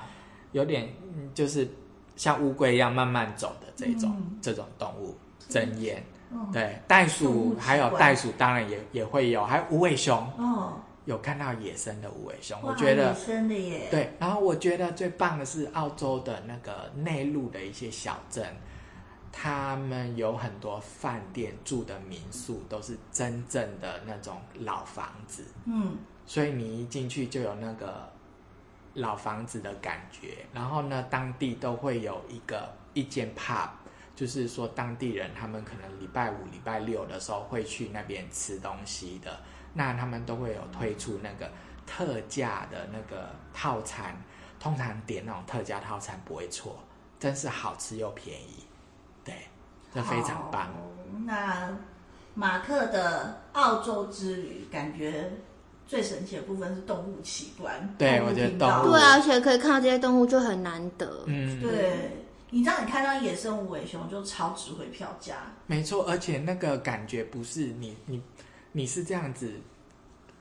S3: 有点嗯就是像乌龟一样慢慢走的这种、
S1: 嗯
S3: 这种动物，针燕。
S1: 嗯，
S3: 对，袋
S1: 动物
S3: 鼠
S1: 奇
S3: 还有
S1: 观
S3: 袋鼠，当然也也会有，还有无尾熊，
S1: 哦，
S3: 有看到野生的无尾熊，
S1: 哇
S3: 我觉得
S1: 野生的耶，
S3: 对。然后我觉得最棒的是澳洲的那个内陆的一些小镇，他们有很多饭店住的民宿都是真正的那种老房子，
S1: 嗯，
S3: 所以你一进去就有那个老房子的感觉。然后呢，当地都会有一个一间 pub，就是说当地人他们可能礼拜五、礼拜六的时候会去那边吃东西的。那他们都会有推出那个特价的那个套餐，通常点那种特价套餐不会错，真是好吃又便宜，对，这非常棒
S1: 好。。那马克的澳洲之旅，感觉最神奇的部分是动物奇观，
S3: 对我觉得
S1: 频道
S3: 动物
S2: 对啊，而且可以看到这些动物就很难得。
S3: 嗯，
S1: 对。你知道你看到野生无尾熊就超值回票价，
S3: 没错，而且那个感觉不是你你你是这样子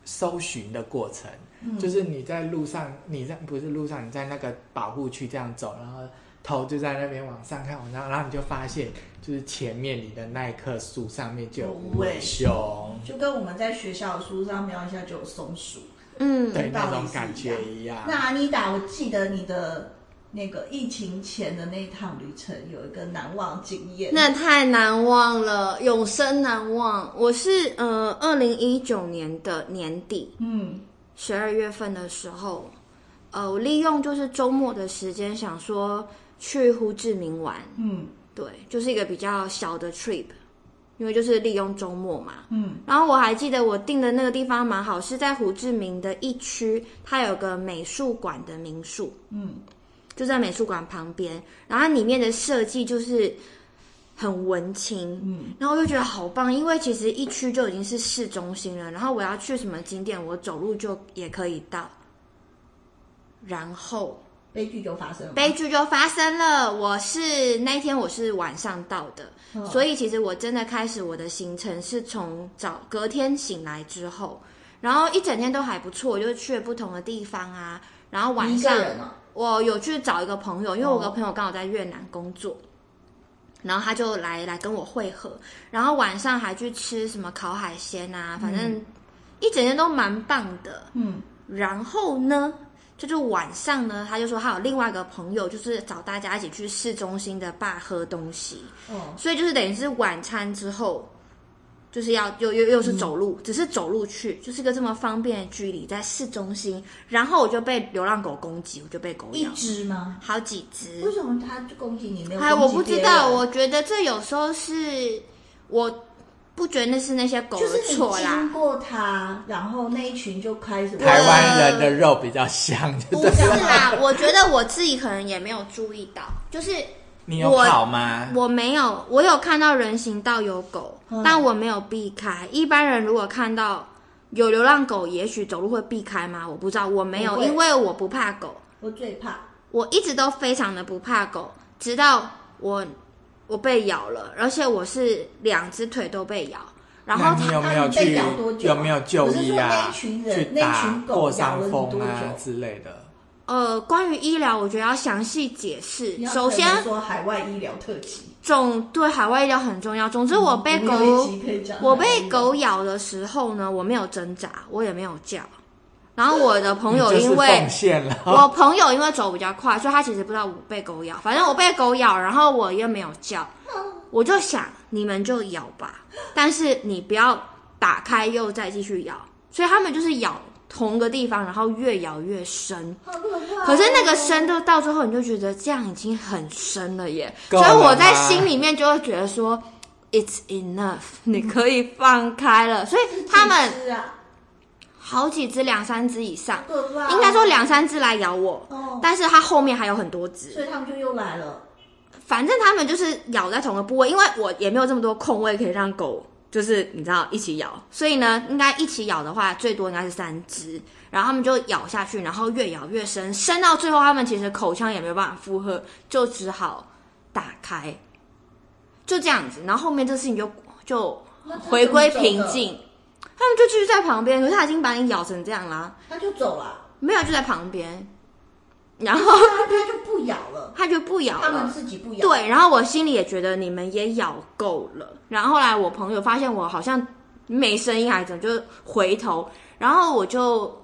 S3: 搜寻的过程，
S1: 嗯
S3: 就是你在路上，你在不是路上，你在那个保护区这样走，然后头就在那边往上看，往上，然后你就发现，就是前面你的那一棵树上面就有
S1: 有
S3: 无尾
S1: 尾
S3: 熊，
S1: 就跟我们在学校的书上瞄一下就有松鼠。
S2: 嗯，
S3: 对
S1: 道理
S3: 那种
S1: 是
S3: 感
S1: 一
S3: 觉
S1: 样
S3: 一样。
S1: 那阿妮达，我记得你的那个疫情前的那一趟旅程有一个难忘经验。
S2: 那太难忘了，永生难忘。我是呃，二零一九年的年底
S1: 嗯
S2: 十二月份的时候，呃，我利用就是周末的时间，想说去胡志明玩，
S1: 嗯
S2: 对，就是一个比较小的 trip，因为就是利用周末嘛。
S1: 嗯
S2: 然后我还记得我订的那个地方蛮好，是在胡志明的一区，它有个美术馆的民宿，
S1: 嗯，
S2: 就在美术馆旁边。然后它里面的设计就是很文青，
S1: 嗯，
S2: 然后我就觉得好棒，因为其实一区就已经是市中心了，然后我要去什么景点，我走路就也可以到。然后
S1: 悲剧就发生了。
S2: 悲剧就发生了。我是那一天我是晚上到的，
S1: 嗯
S2: 所以其实我真的开始我的行程是从早隔天醒来之后，然后一整天都还不错，我就去了不同的地方啊。然后晚
S1: 你一个
S2: 上
S1: 人哦
S2: 我有去找一个朋友，因为
S1: 哦
S2: 我有个朋友刚好在越南工作。然后他就来来跟我会合，然后晚上还去吃什么烤海鲜啊，反正一整天都蛮棒的。
S1: 嗯
S2: 然后呢，就是晚上呢，他就说他有另外一个朋友，就是找大家一起去市中心的坝喝东西，
S1: 哦
S2: 所以就是等于是晚餐之后，就是要又又又是走
S1: 嗯
S2: 路，只是走路去，就是一个这么方便的距离，在市中心。然后我就被流浪狗攻击，我就被狗
S1: 一
S2: 咬，
S1: 只吗？
S2: 好几只。
S1: 为什么它就攻击你没有？
S2: 哎，我不知道，我觉得这有时候是我。不觉得那是那些狗
S1: 就
S2: 的
S1: 是你
S2: 错啦
S1: 经，过它，然后那一群就开始
S3: 台湾人的肉比较香，就
S2: 不
S3: 对
S2: 是
S3: 了。
S2: 啦，我觉得我自己可能也没有注意到，就是
S3: 你有
S2: 我
S3: 跑吗？
S2: 我没有，我有看到人行道有狗，
S1: 嗯
S2: 但我没有避开。一般人如果看到有流浪狗，也许走路会避开吗？我不知道，我没
S1: 不
S2: 有，
S1: 会
S2: 因为我不怕狗，
S1: 我最怕。
S2: 我一直都非常的不怕狗，直到我我被咬了，而且我是两只腿都被咬，然后
S3: 那你
S2: 它
S3: 有没有
S1: 那你被
S3: 去
S1: 咬多久啊
S3: 有没有就医啊
S1: 我是说那一？群人
S3: 去
S1: 那一
S3: 打
S1: 群狗
S3: 过
S1: 咬
S3: 伤
S1: 了你
S3: 风
S1: 多
S3: 啊
S1: 久
S3: 之类的。
S2: 呃，关于医疗，我觉得要详细解释
S1: 你。要
S2: 首
S1: 特别
S2: 先，
S1: 说海外医疗特辑，
S2: 总对海外医疗很重要。总之，我被
S1: 我
S2: 狗
S1: 们嗯有一集可以讲海外医疗
S2: 我被狗咬的时候呢，我没有挣扎，我也没有叫。然后我的朋友
S3: 你就是
S2: 因为
S3: 奉献了， *laughs*
S2: 我朋友因为走比较快，所以他其实不知道我被狗咬。反正我被狗咬，然后我又没有叫，我就想你们就咬吧，但是你不要打开又再继续咬。所以他们就是咬同个地方，然后越咬越深。
S1: 好可怕哦
S2: 可是那个深就到最后，你就觉得这样已经很深了耶。
S3: 够
S2: 所
S3: 了
S2: 以
S3: 吗
S2: 我在心里面就会觉得说，it's enough，你 *laughs* 可以放开了。所以他们
S1: 是啊，
S2: 好几只，两三只以上，
S1: 对吧？
S2: 应该说两三只来咬我，
S1: 哦，
S2: 但是它后面还有很多只。
S1: 所以他们就又来了，
S2: 反正他们就是咬在同个部位，因为我也没有这么多空位可以让狗，就是你知道一起咬，所以呢，应该一起咬的话，最多应该是三只，然后他们就咬下去，然后越咬越深，深到最后，他们其实口腔也没有办法负荷，就只好打开，就这样子，然后后面这事情就就
S1: 那他就
S2: 回归
S1: 走了
S2: 平，静，他们就继续在旁边，可是他已经把你咬成这样啦，
S1: 他就走
S2: *laughs*
S1: 了，
S2: 没有就在旁边，然后
S1: 他他就不咬了，
S2: 他就不咬
S1: 他
S2: 了
S1: 们。自己不咬，，
S2: 对，然后我心里也觉得你们也咬够了。然后后来我朋友发现我好像没声音还是怎么，就回头，然后我就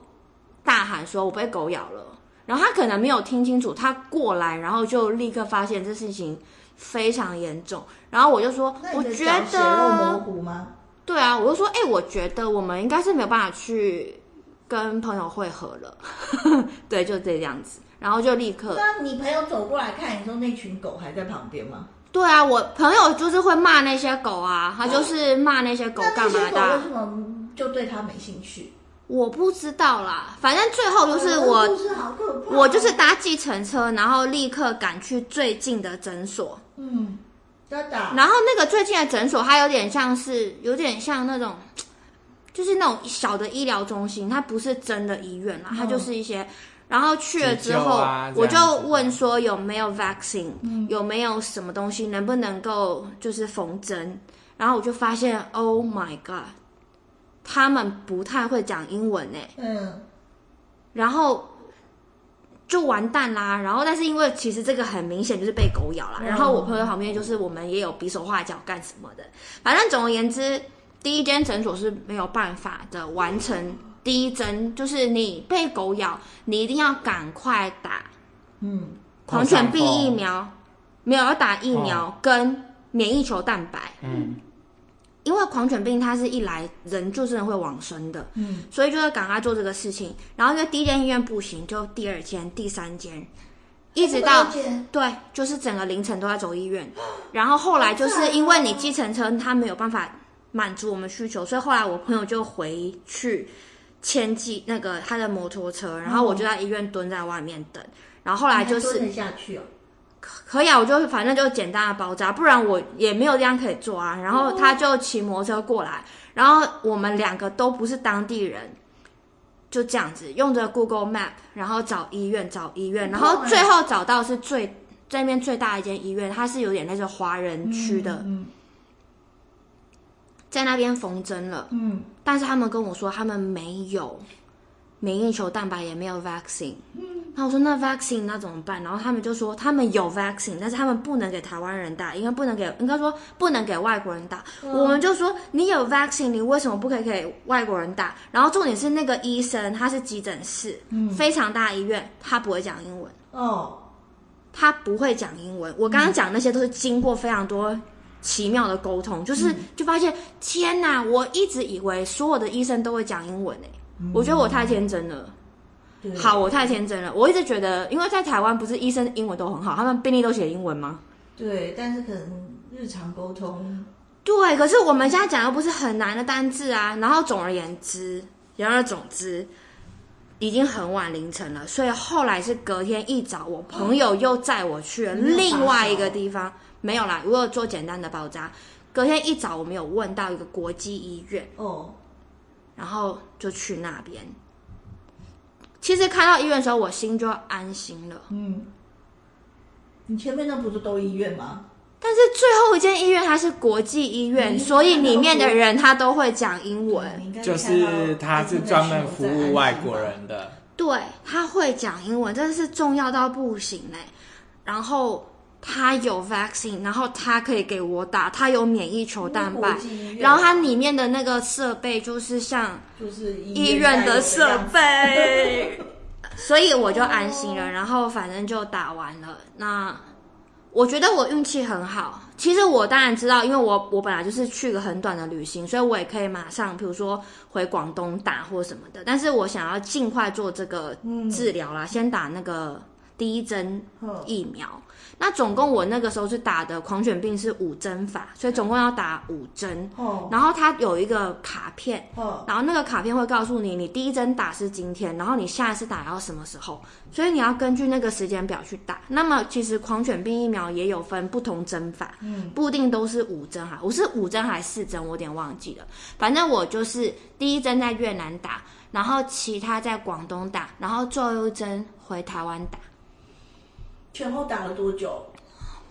S2: 大喊说：“我被狗咬了。”然后他可能没有听清楚，他过来，然后就立刻发现这事情非常严重。然后我就说
S1: 那：“
S2: 我
S1: 你的
S2: 觉
S1: 脚血肉模
S2: 得，
S1: 糊吗？
S2: 对啊，我就说，哎、我觉得我们应该是没有办法去跟朋友会合了。对，就这样子，然后就立刻
S1: 那你朋友走过来看，你说那群狗还在旁边吗？
S2: 对啊，我朋友就是会骂那些狗啊，他就是骂那些狗
S1: 哦那
S2: 干
S1: 这
S2: 嘛
S1: 些
S2: 的
S1: 狗
S2: 啊、
S1: 为什么就对他没兴趣？
S2: 我不知道啦，反正最后就是
S1: 哦
S2: 我，
S1: 故事好可怕哦
S2: 我就是搭计程车，然后立刻赶去最近的诊所。
S1: 嗯，真的啊，
S2: 然后那个最近的诊所，它有点像是，有点像那种，就是那种小的医疗中心，它不是真的医院啦，啊它就是一些。然后去了之
S3: 嗯急救
S2: 后，
S3: 啊
S2: 我
S3: 这
S2: 就
S3: 样子
S2: 问说有没有 vaccine，、
S1: 嗯
S2: 有没有什么东西能不能够就是缝针？然后我就发现，Oh my god，他们不太会讲英文欸呢、
S1: 嗯，
S2: 然后就完蛋啦。然后，但是因为其实这个很明显就是被狗咬啦。
S1: 嗯
S2: 然后我朋友旁边就是我们也有比手画脚干什么的，反正总而言之，第一间诊所是没有办法的完成第一针，就是你被狗咬，你一定要赶快打
S1: 嗯，
S2: 狂犬病疫苗，没有要打疫苗跟免疫球蛋白。
S3: 嗯，
S2: 因为狂犬病它是一来人就真的会往生的，
S1: 嗯，
S2: 所以就会赶快做这个事情。然后因为第一间医院不行，就第二间、第三间，一直
S1: 这
S2: 到
S1: 么多间
S2: 对，就是整个凌晨都在走医院。然后后来就是因为你计程车它没有办法满足我们需求，所以后来我朋友就回去牵记那个他的摩托车，然后我就在医院蹲在外面等。然后后来就
S1: 你还
S2: 是
S1: 蹲得下去哦，
S2: 可以啊，我就反正就简单的包扎，不然我也没有地方可以做啊。然后他就骑摩托车过来，然后我们两个都不是当地人，就这样子用着 Google Map，然后找医院找医院，然后最后找到是最这边最大的一间医院，它是有点类似华人区的，
S1: 嗯
S2: 在那边缝针了。
S1: 嗯，
S2: 但是他们跟我说他们没有免疫球蛋白，也没有 vaccine。然后我说那 vaccine 那怎么办？然后他们就说他们有 vaccine，但是他们不能给台湾人打，应该不能给，应该说不能给外国人打。我们就说你有 vaccine，你为什么不可以给外国人打？然后重点是那个医生他是急诊室，
S1: 嗯
S2: 非常大医院，他不会讲英文。
S1: 哦，
S2: 他不会讲英文。我刚刚讲那些都是经过非常多奇妙的沟通，就是就发现天哪！我一直以为所有的医生都会讲英文诶、欸我觉得我太天真了。
S1: 嗯对
S2: 好，我太天真了。我一直觉得，因为在台湾不是医生英文都很好，他们病历都写英文吗？
S1: 对，但是可能日常沟通，
S2: 对，可是我们现在讲的不是很难的单字啊。然后总而言之，言而总之，已经很晚凌晨了，所以后来是隔天一早，我朋友又载我去了
S1: 你没有
S2: 另外一
S1: 发烧
S2: 个地方，没有啦，我有做简单的包扎。隔天一早，我们有问到一个国际医院，
S1: 哦，
S2: 然后就去那边。其实看到医院的时候，我心就安心了。
S1: 嗯，你前面那不是都医院吗？
S2: 但是最后一间医院它是国际医院，
S1: 嗯
S2: 所以里面的人他都会讲英文。
S1: 你应该
S3: 嗯就
S1: 看到
S3: 是它是专门服务外国人的。
S2: 对，他会讲英文，真的是重要到不行嘞、然后他有 vaccine，然后他可以给我打，他有免疫球蛋白
S1: 国际医，院
S2: 然后它里面的那个设备就是像
S1: 就是
S2: 医院的设备， *laughs* 所以我就安心了。然后反正就打完了。那我觉得我运气很好。其实我当然知道，因为我我本来就是去个很短的旅行，所以我也可以马上，比如说回广东打或什么的。但是我想要尽快做这个治疗啦，先打那个第一针
S1: 嗯
S2: 疫苗。那总共我那个时候是打的狂犬病是五针法，所以总共要打五针。
S1: 哦
S2: 然后它有一个卡片，
S1: 哦，
S2: 然后那个卡片会告诉你，你第一针打是今天，然后你下一次打要什么时候，所以你要根据那个时间表去打。那么其实狂犬病疫苗也有分不同针法，
S1: 嗯，
S2: 不一定都是五针哈，我是五针还是四针，我有点忘记了。反正我就是第一针在越南打，然后其他在广东打，然后最后一针回台湾打。
S1: 前后打了多久？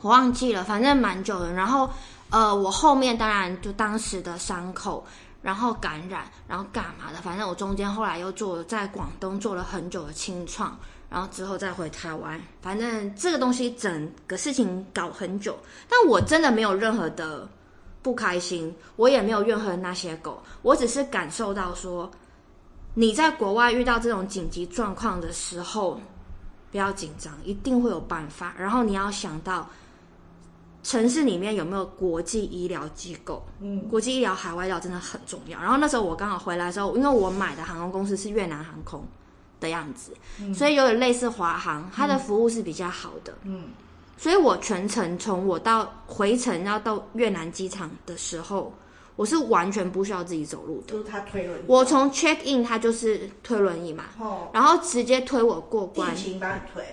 S2: 我忘记了，反正蛮久的。然后，呃，我后面当然就当时的伤口，然后感染，然后干嘛的，反正我中间后来又做在广东做了很久的清创，然后之后再回台湾，反正这个东西整个事情搞很久，但我真的没有任何的不开心，我也没有怨恨那些狗，我只是感受到说，你在国外遇到这种紧急状况的时候。不要紧张，一定会有办法。然后你要想到，城市里面有没有国际医疗机构？
S1: 嗯，
S2: 国际医疗海外医疗真的很重要。然后那时候我刚好回来的时候，因为我买的航空公司是越南航空的样子，所以有点类似华航，它的服务是比较好的。
S1: 嗯，
S2: 所以我全程从我到回程要到越南机场的时候，我是完全不需要自己走路的。
S1: 就是他推了你，
S2: 我从 check in，它就是推轮椅嘛，
S1: 哦，
S2: 然后直接推我过关
S1: 地。勤帮你推，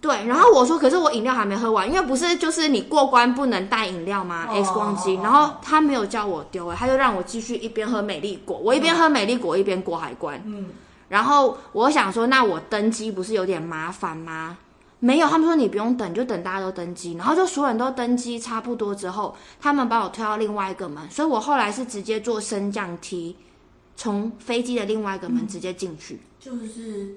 S2: 对，然后我说，可是我饮料还没喝完，因为不是就是你过关不能带饮料吗、
S1: 哦
S2: x 光机，
S1: 哦
S2: 然后他没有叫我丢、欸，他就让我继续一边喝美丽果，我一边喝美丽果一边过海关。
S1: 嗯，
S2: 然后我想说，那我登机不是有点麻烦吗？没有，他们说你不用等，就等大家都登机，然后就所有人都登机差不多之后，他们把我推到另外一个门，所以我后来是直接坐升降梯，从飞机的另外一个
S1: 嗯
S2: 门直接进去。
S1: 就是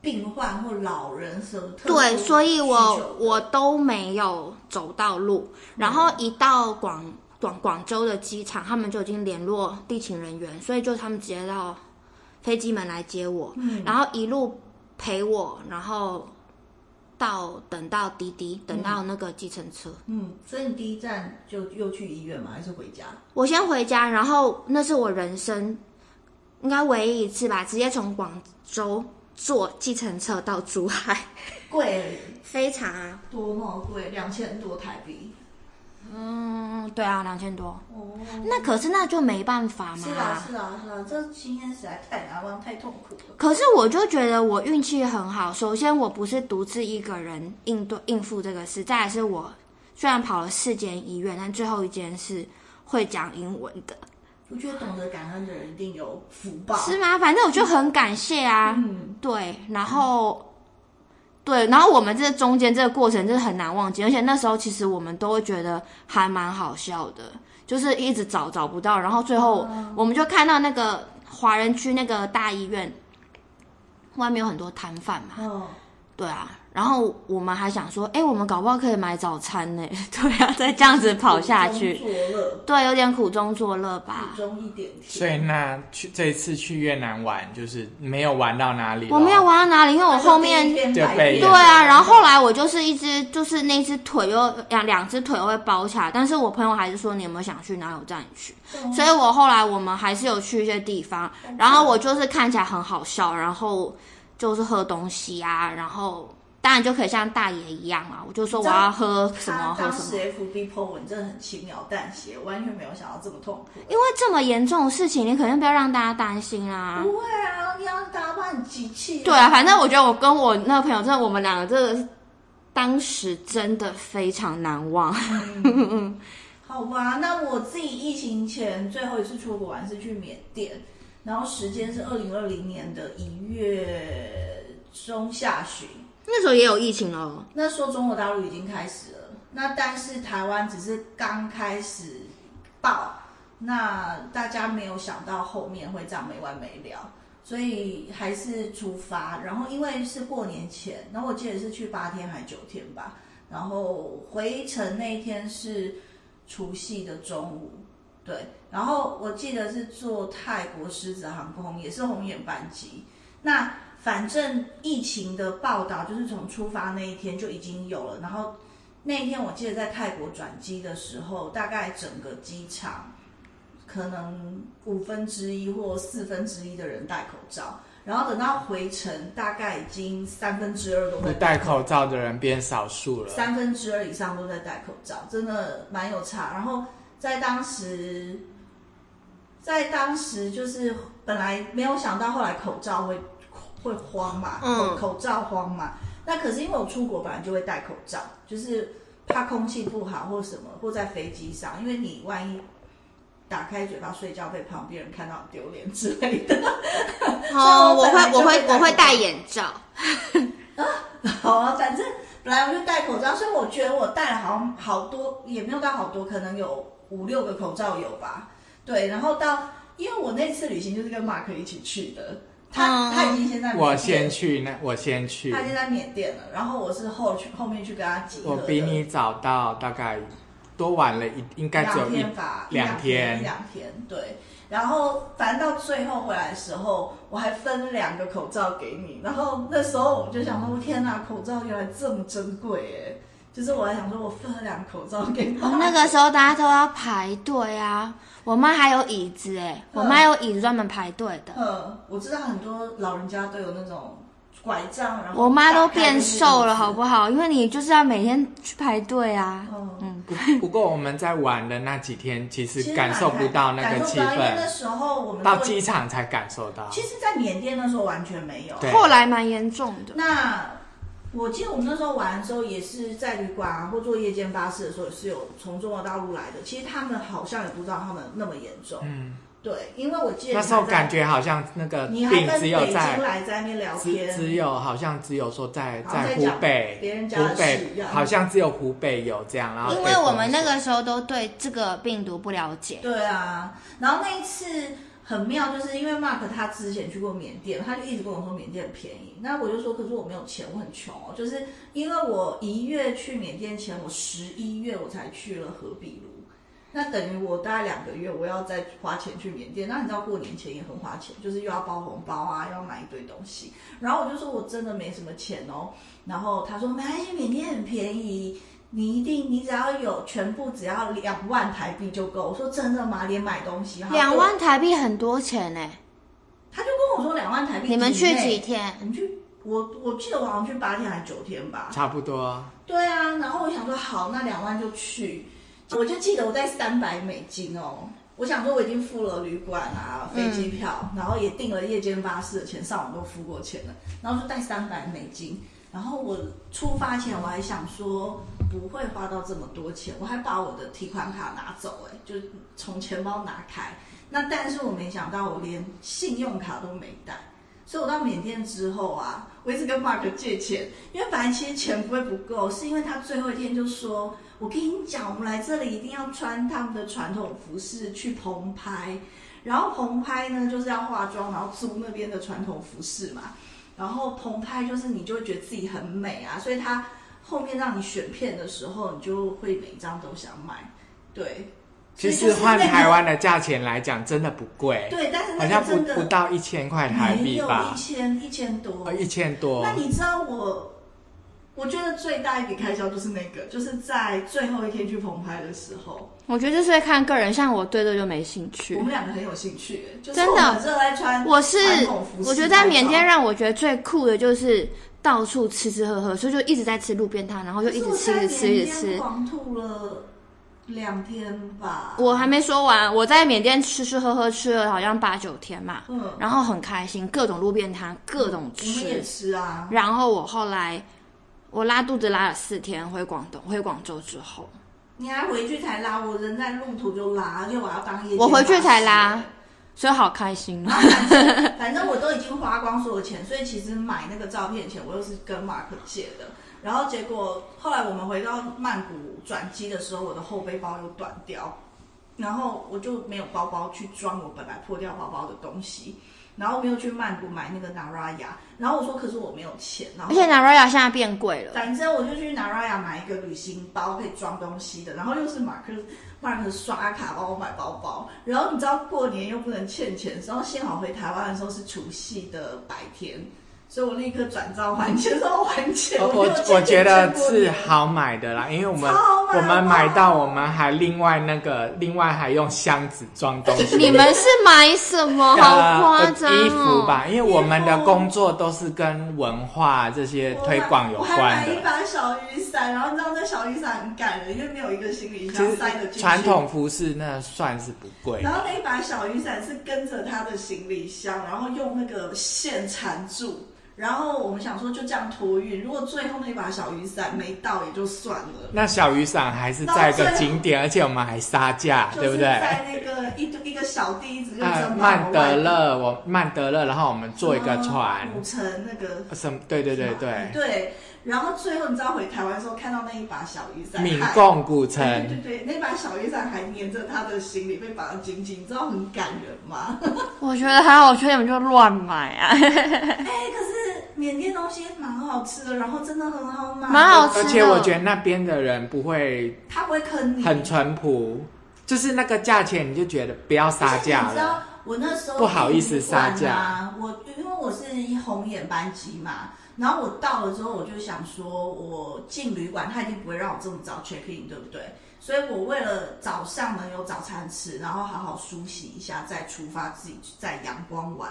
S1: 病患或老人什么特殊
S2: 对，所以
S1: 需求
S2: 我
S1: 的
S2: 我都没有走到路，然后一到广广广州的机场，他们就已经联络地勤人员，所以就他们直接到飞机门来接我，
S1: 嗯
S2: 然后一路陪我，然后到等到滴滴，等到那个计程车。
S1: 嗯，所以你第一站就又去医院吗？还是回家？
S2: 我先回家，然后那是我人生应该唯一一次吧，直接从广州坐计程车到珠海，
S1: 贵
S2: 非常啊，
S1: 多么贵，两千多台币。
S2: 嗯，对啊，两千多。
S1: 哦，
S2: 那可是那就没办法嘛。
S1: 是啊是啊是啊，这经验实在太难忘，太痛苦了。
S2: 可是我就觉得我运气很好。首先，我不是独自一个人应对应付这个事；再来是我虽然跑了四间医院，但最后一间是会讲英文的，
S1: 我觉得懂得感恩的人一定有福报。
S2: 是吗？反正我就很感谢啊。
S1: 嗯，
S2: 对，然后。对，然后我们这中间这个过程真的很难忘记，而且那时候其实我们都会觉得还蛮好笑的，就是一直找找不到，然后最后
S1: 啊
S2: 我们就看到那个华人区那个大医院外面有很多摊贩嘛，
S1: 哦，
S2: 对啊，然后我们还想说，哎，我们搞不好可以买早餐呢。 *laughs* 对啊，再这样子跑下去，
S1: 苦中作乐，
S2: 对，有点苦中作乐吧
S1: 苦。中一点甜。
S3: 所以那去这一次去越南玩，就是没有玩到哪里。
S2: 我没有，玩到哪里，因为我后面
S1: 那
S3: 就
S1: 就
S3: 被
S1: 被
S2: 对啊，然后后来我就是一只，就是那只腿又两两只腿又会包起来，但是我朋友还是说你有没有想去哪有带你去，所以我后来我们还是有去一些地方，
S1: 嗯
S2: 然后我就是看起来很好笑，然后就是喝东西啊，然后当然就可以像大爷一样啊嘛，我就说我要喝什么喝
S1: 当
S2: 什么
S1: 时。FB po 文真的很轻描淡写，完全没有想到这么痛苦。
S2: 因为这么严重的事情，你肯定不要让大家担心啦。
S1: 不会啊，你要大家把你集气。
S2: 对啊，反正我觉得我跟我那个朋友，真的我们两个这个当时真的非常难忘。
S1: 嗯
S2: *laughs*
S1: 好吧，那我自己疫情前最后一次出国玩是去缅甸，然后时间是二零二零年的一月中下旬。
S2: 那时候也有疫情哦，
S1: 那时候中国大陆已经开始了，那但是台湾只是刚开始爆，那大家没有想到后面会这样没完没了，所以还是出发。然后因为是过年前，然后我记得是去八天还九天吧，然后回程那一天是除夕的中午，对，然后我记得是坐泰国狮子航空，也是红眼班机，那反正疫情的报道就是从出发那一天就已经有了，然后那一天我记得在泰国转机的时候，大概整个机场可能五分之一或四分之一的人戴口罩，然后等到回程大概已经三分之二都
S3: 那
S1: 会
S3: 戴口罩的人变少数了。
S1: 三分之二以上都在戴口罩，真的蛮有差。然后在当时，在当时就是本来没有想到，后来口罩会会慌嘛，口
S2: 嗯
S1: 口罩慌嘛。那可是因为我出国本来就会戴口罩，就是怕空气不好或什么，或在飞机上，因为你万一打开嘴巴睡觉被旁边人看到很丢脸之类的。
S2: *laughs* 哦，我
S1: 所以我本来
S2: 会
S1: 就
S2: 我会我
S1: 会
S2: 会
S1: 戴
S2: 戴眼罩，
S1: 好啊，反正本来我就戴口罩，所以我觉得我戴了好像好多，也没有到好多，可能有五六个口罩有吧。对，然后到因为我那次旅行就是跟马克一起去的，他、
S2: 嗯
S1: 他已经先在缅甸
S3: 我先，去，那我先去
S1: 他，已经在缅甸了，然后我是后去后面去跟他集合
S3: 我
S1: 的，
S3: 比你早到大概多晚了一，应该只有
S1: 两
S3: 一
S1: 天吧，一
S3: 两
S1: 天
S3: 天
S1: 一两天，对。然后反正到最后回来的时候，我还分两个口罩给你。然后那时候我就想说，天哪，口罩原来这么珍贵哎！就是我还想说，我分了两个口罩给你。
S2: 哦，那
S1: *laughs*
S2: 个时候大家都要排队啊。我妈还有椅子哎、我妈有椅子专门排队的。
S1: 呃，我知道很多老人家都有那种拐杖，然后
S2: 我妈都
S1: 打开
S2: 变瘦了，好
S1: 不
S2: 不好？因为你就是要每天去排队啊。
S1: 嗯，
S3: 不不过我们在玩的那几天，其
S1: 其实
S3: 实感受不到那
S1: 感
S3: 个
S1: 受
S3: 气
S1: 不到因为那
S3: 氛，
S1: 时候我们
S3: 到
S1: 坐
S3: 机场才感受到。
S1: 其实，在缅甸那时候完全没有。
S2: *laughs*
S3: 对
S2: 后来蛮严重的。
S1: 那我记得我们那时候玩的时候，也是在旅馆啊，或坐夜间巴士的时候，也是有从中国大陆来的。其实他们好像也不知道他们那么严重。
S3: 嗯，
S1: 对，因为我记得
S3: 那
S1: 你
S3: 时候
S1: 还在
S3: 感觉好像那个
S1: 你还
S3: 病
S1: 跟
S3: 只
S1: 北
S3: 有
S1: 京
S3: 在
S1: 来在那边聊
S3: 只
S1: 天，
S3: 只有好像只有说在
S1: 好像在
S3: 在湖
S1: 讲
S3: 北
S1: 别人家的
S3: 湖
S1: 事一
S3: 北
S1: 样
S3: 好像只有湖北有这样，然后
S2: 因
S3: 被
S2: 为我们
S3: 封
S2: 那
S3: 锁
S2: 个时候都对这个病毒不了解，
S1: 对啊，然后那一次很妙，就是因为 Mark 他之前去过缅甸，他就一直跟我说缅甸很便宜。那我就说，可是我没有钱，我很穷哦。就是因为我一月去缅甸前，我十一月我才去了和比卢，那等于我大概两个月，我要再花钱去缅甸。那你知道过年前也很花钱，就是又要包红包啊，又要买一堆东西。然后我就说我真的没什么钱哦。然后他说没关系，缅甸很便宜，你一定你只要有全部只要两万台币就够。我说真的吗？连买东西
S2: 两，万台币很多钱呢、欸
S1: 他就跟我说两万台币以内。
S2: 你们去几天？
S1: 我们去，我我记得我好像去八天还是九天吧。
S3: 差不多，
S1: 对啊，然后我想说好，那两万就去，我就记得我带三百美金哦。我想说我已经付了旅馆啊、飞机票，然后也订了夜间巴士的钱，上网都付过钱了，然后就带三百美金。然后我出发前我还想说不会花到这么多钱，我还把我的提款卡拿走、哎，就是从钱包拿开。那但是我没想到我连信用卡都没带，所以我到缅甸之后啊，我一直跟 Mark 借钱，因为本来其实钱不会不够，是因为他最后一天就说：“我跟你讲，我们来这里一定要穿他们的传统服饰去棚拍，然后棚拍呢就是要化妆，然后租那边的传统服饰嘛。然后棚拍就是你就会觉得自己很美啊，所以他后面让你选片的时候，你就会每一张都想买。对，所
S3: 其
S1: 以
S3: 实
S1: 就是
S3: 换
S1: 那个
S3: 台湾的价钱来讲，真的不贵，
S1: 对，但是
S3: 好
S1: 那
S3: 像
S1: 个
S3: 不
S1: 真的
S3: 不到一千块台
S1: 没
S3: 币
S1: 有
S3: 吧
S1: 一，千一千多
S2: 哎
S3: 呃，一千多
S1: 那。你知道我，我觉得最大一笔开销就是那个，就是在最后一天去澎湃的时候，
S2: 我觉得就是看个人，像我对这就没兴
S1: 我
S2: 趣
S1: 们。两个很有兴趣，就是
S2: 真
S1: 我
S2: 的
S1: 们热爱穿
S2: 我是
S1: 传统服饰
S2: 我觉得在缅甸
S1: 拍照
S2: 让我觉得最酷的就是到处吃吃喝喝，所以就一直在吃路边摊，然后就一直吃，一直吃，一直吃。
S1: 狂吐了两天吧。
S2: 我还没说完，我在缅甸吃吃喝喝吃了好像八九天嘛，
S1: 嗯，
S2: 然后很开心，各种路边摊，各种
S1: 我们也
S2: 吃。
S1: 吃啊，
S2: 然后我后来我拉肚子拉了四天，回广东回广州之后，
S1: 你还回去才拉，我人在路途就拉，而且我要当夜间
S2: 我回去才
S1: 巴
S2: 拉
S1: 士。，
S2: 所以好开心
S1: 然
S2: 啊！
S1: 后反
S2: *laughs*
S1: 正反正我都已经花光所有钱，所以其实买那个照片钱我又是跟 Mark 借的。然后结果后来我们回到曼谷转机的时候，我的后背包又断掉，然后我就没有包包去装我本来破掉包包的东西，然后没有去曼谷买那个 Naraya，然后我说可是我没有钱，然后
S2: 而且 Naraya 现在变贵了，
S1: 反正我就去 Naraya 买一个旅行包，可以装东西的，然后又是马克马克刷卡帮我买包包，然后你知道过年又不能欠钱，然后幸好回台湾的时候是除夕的白天，所以我立刻转账还钱，然后还钱，
S3: 我
S1: 我没有 *laughs* 欠
S3: 我我觉
S1: 钱
S3: 得
S1: 过
S3: 是
S1: 年
S3: 好买的啦，因为我们
S1: 超好买
S3: 我们买
S1: 好
S3: 到，我们还另外那个另外还用箱子装东西。
S2: 你们是买什
S3: *laughs*
S2: 么？好夸张
S3: 呃衣服
S2: 哦！
S3: 吧，因为我们的工作都是跟文化这些推广有
S1: 我还买
S3: 关
S1: 一
S3: 的，
S1: 把小雨伞，然后你知道那小雨伞很感人，因为没有一个行李
S3: 其
S1: 箱
S3: 实
S1: 塞得进去。
S3: 传统服饰那算是不贵
S1: 然。后那一把小雨伞是跟着他的行李箱，然后用那个线缠住。然后我们想说就这样托运，如果最后那把小雨伞没到也就算了，
S3: 那小雨伞还是在一个景点，而且我们还杀价，
S1: 就
S3: 对不
S1: 是
S3: 对？
S1: 在那个一一个小地址就
S3: 啊，
S1: 蒸
S3: 曼德勒，我曼德勒，然后我们坐一个船，
S1: 古城那个
S3: 什么？对对对
S1: 嗯
S3: 对，
S1: 对。然后最后你知道回台湾的时候看到那一把小雨伞，
S3: 闽
S1: 还
S3: 贡古
S1: 对
S3: 城，
S1: 对对，那把小雨伞还粘着他的行李被绑得紧紧，你知道很感人吗？
S2: 我觉得还好，我觉得你们就乱买啊，
S1: 哎、可是缅甸东西蛮好吃的，然后真的很好买，
S2: 蛮好吃的。
S3: 而且我觉得那边的人不会
S1: 他不会坑你，
S3: 很淳朴，就是那个价钱你就觉得不要杀
S1: 而且
S3: 价
S1: 你知道
S3: 了，
S1: 我那时候
S3: 不好意思杀价
S1: 啊，我因为我是红眼班机嘛，然后我到了之后我就想说，我进旅馆他一定不会让我这么早 check in，对不对？所以我为了早上能有早餐吃，然后好好梳洗一下再出发，自己在阳光玩。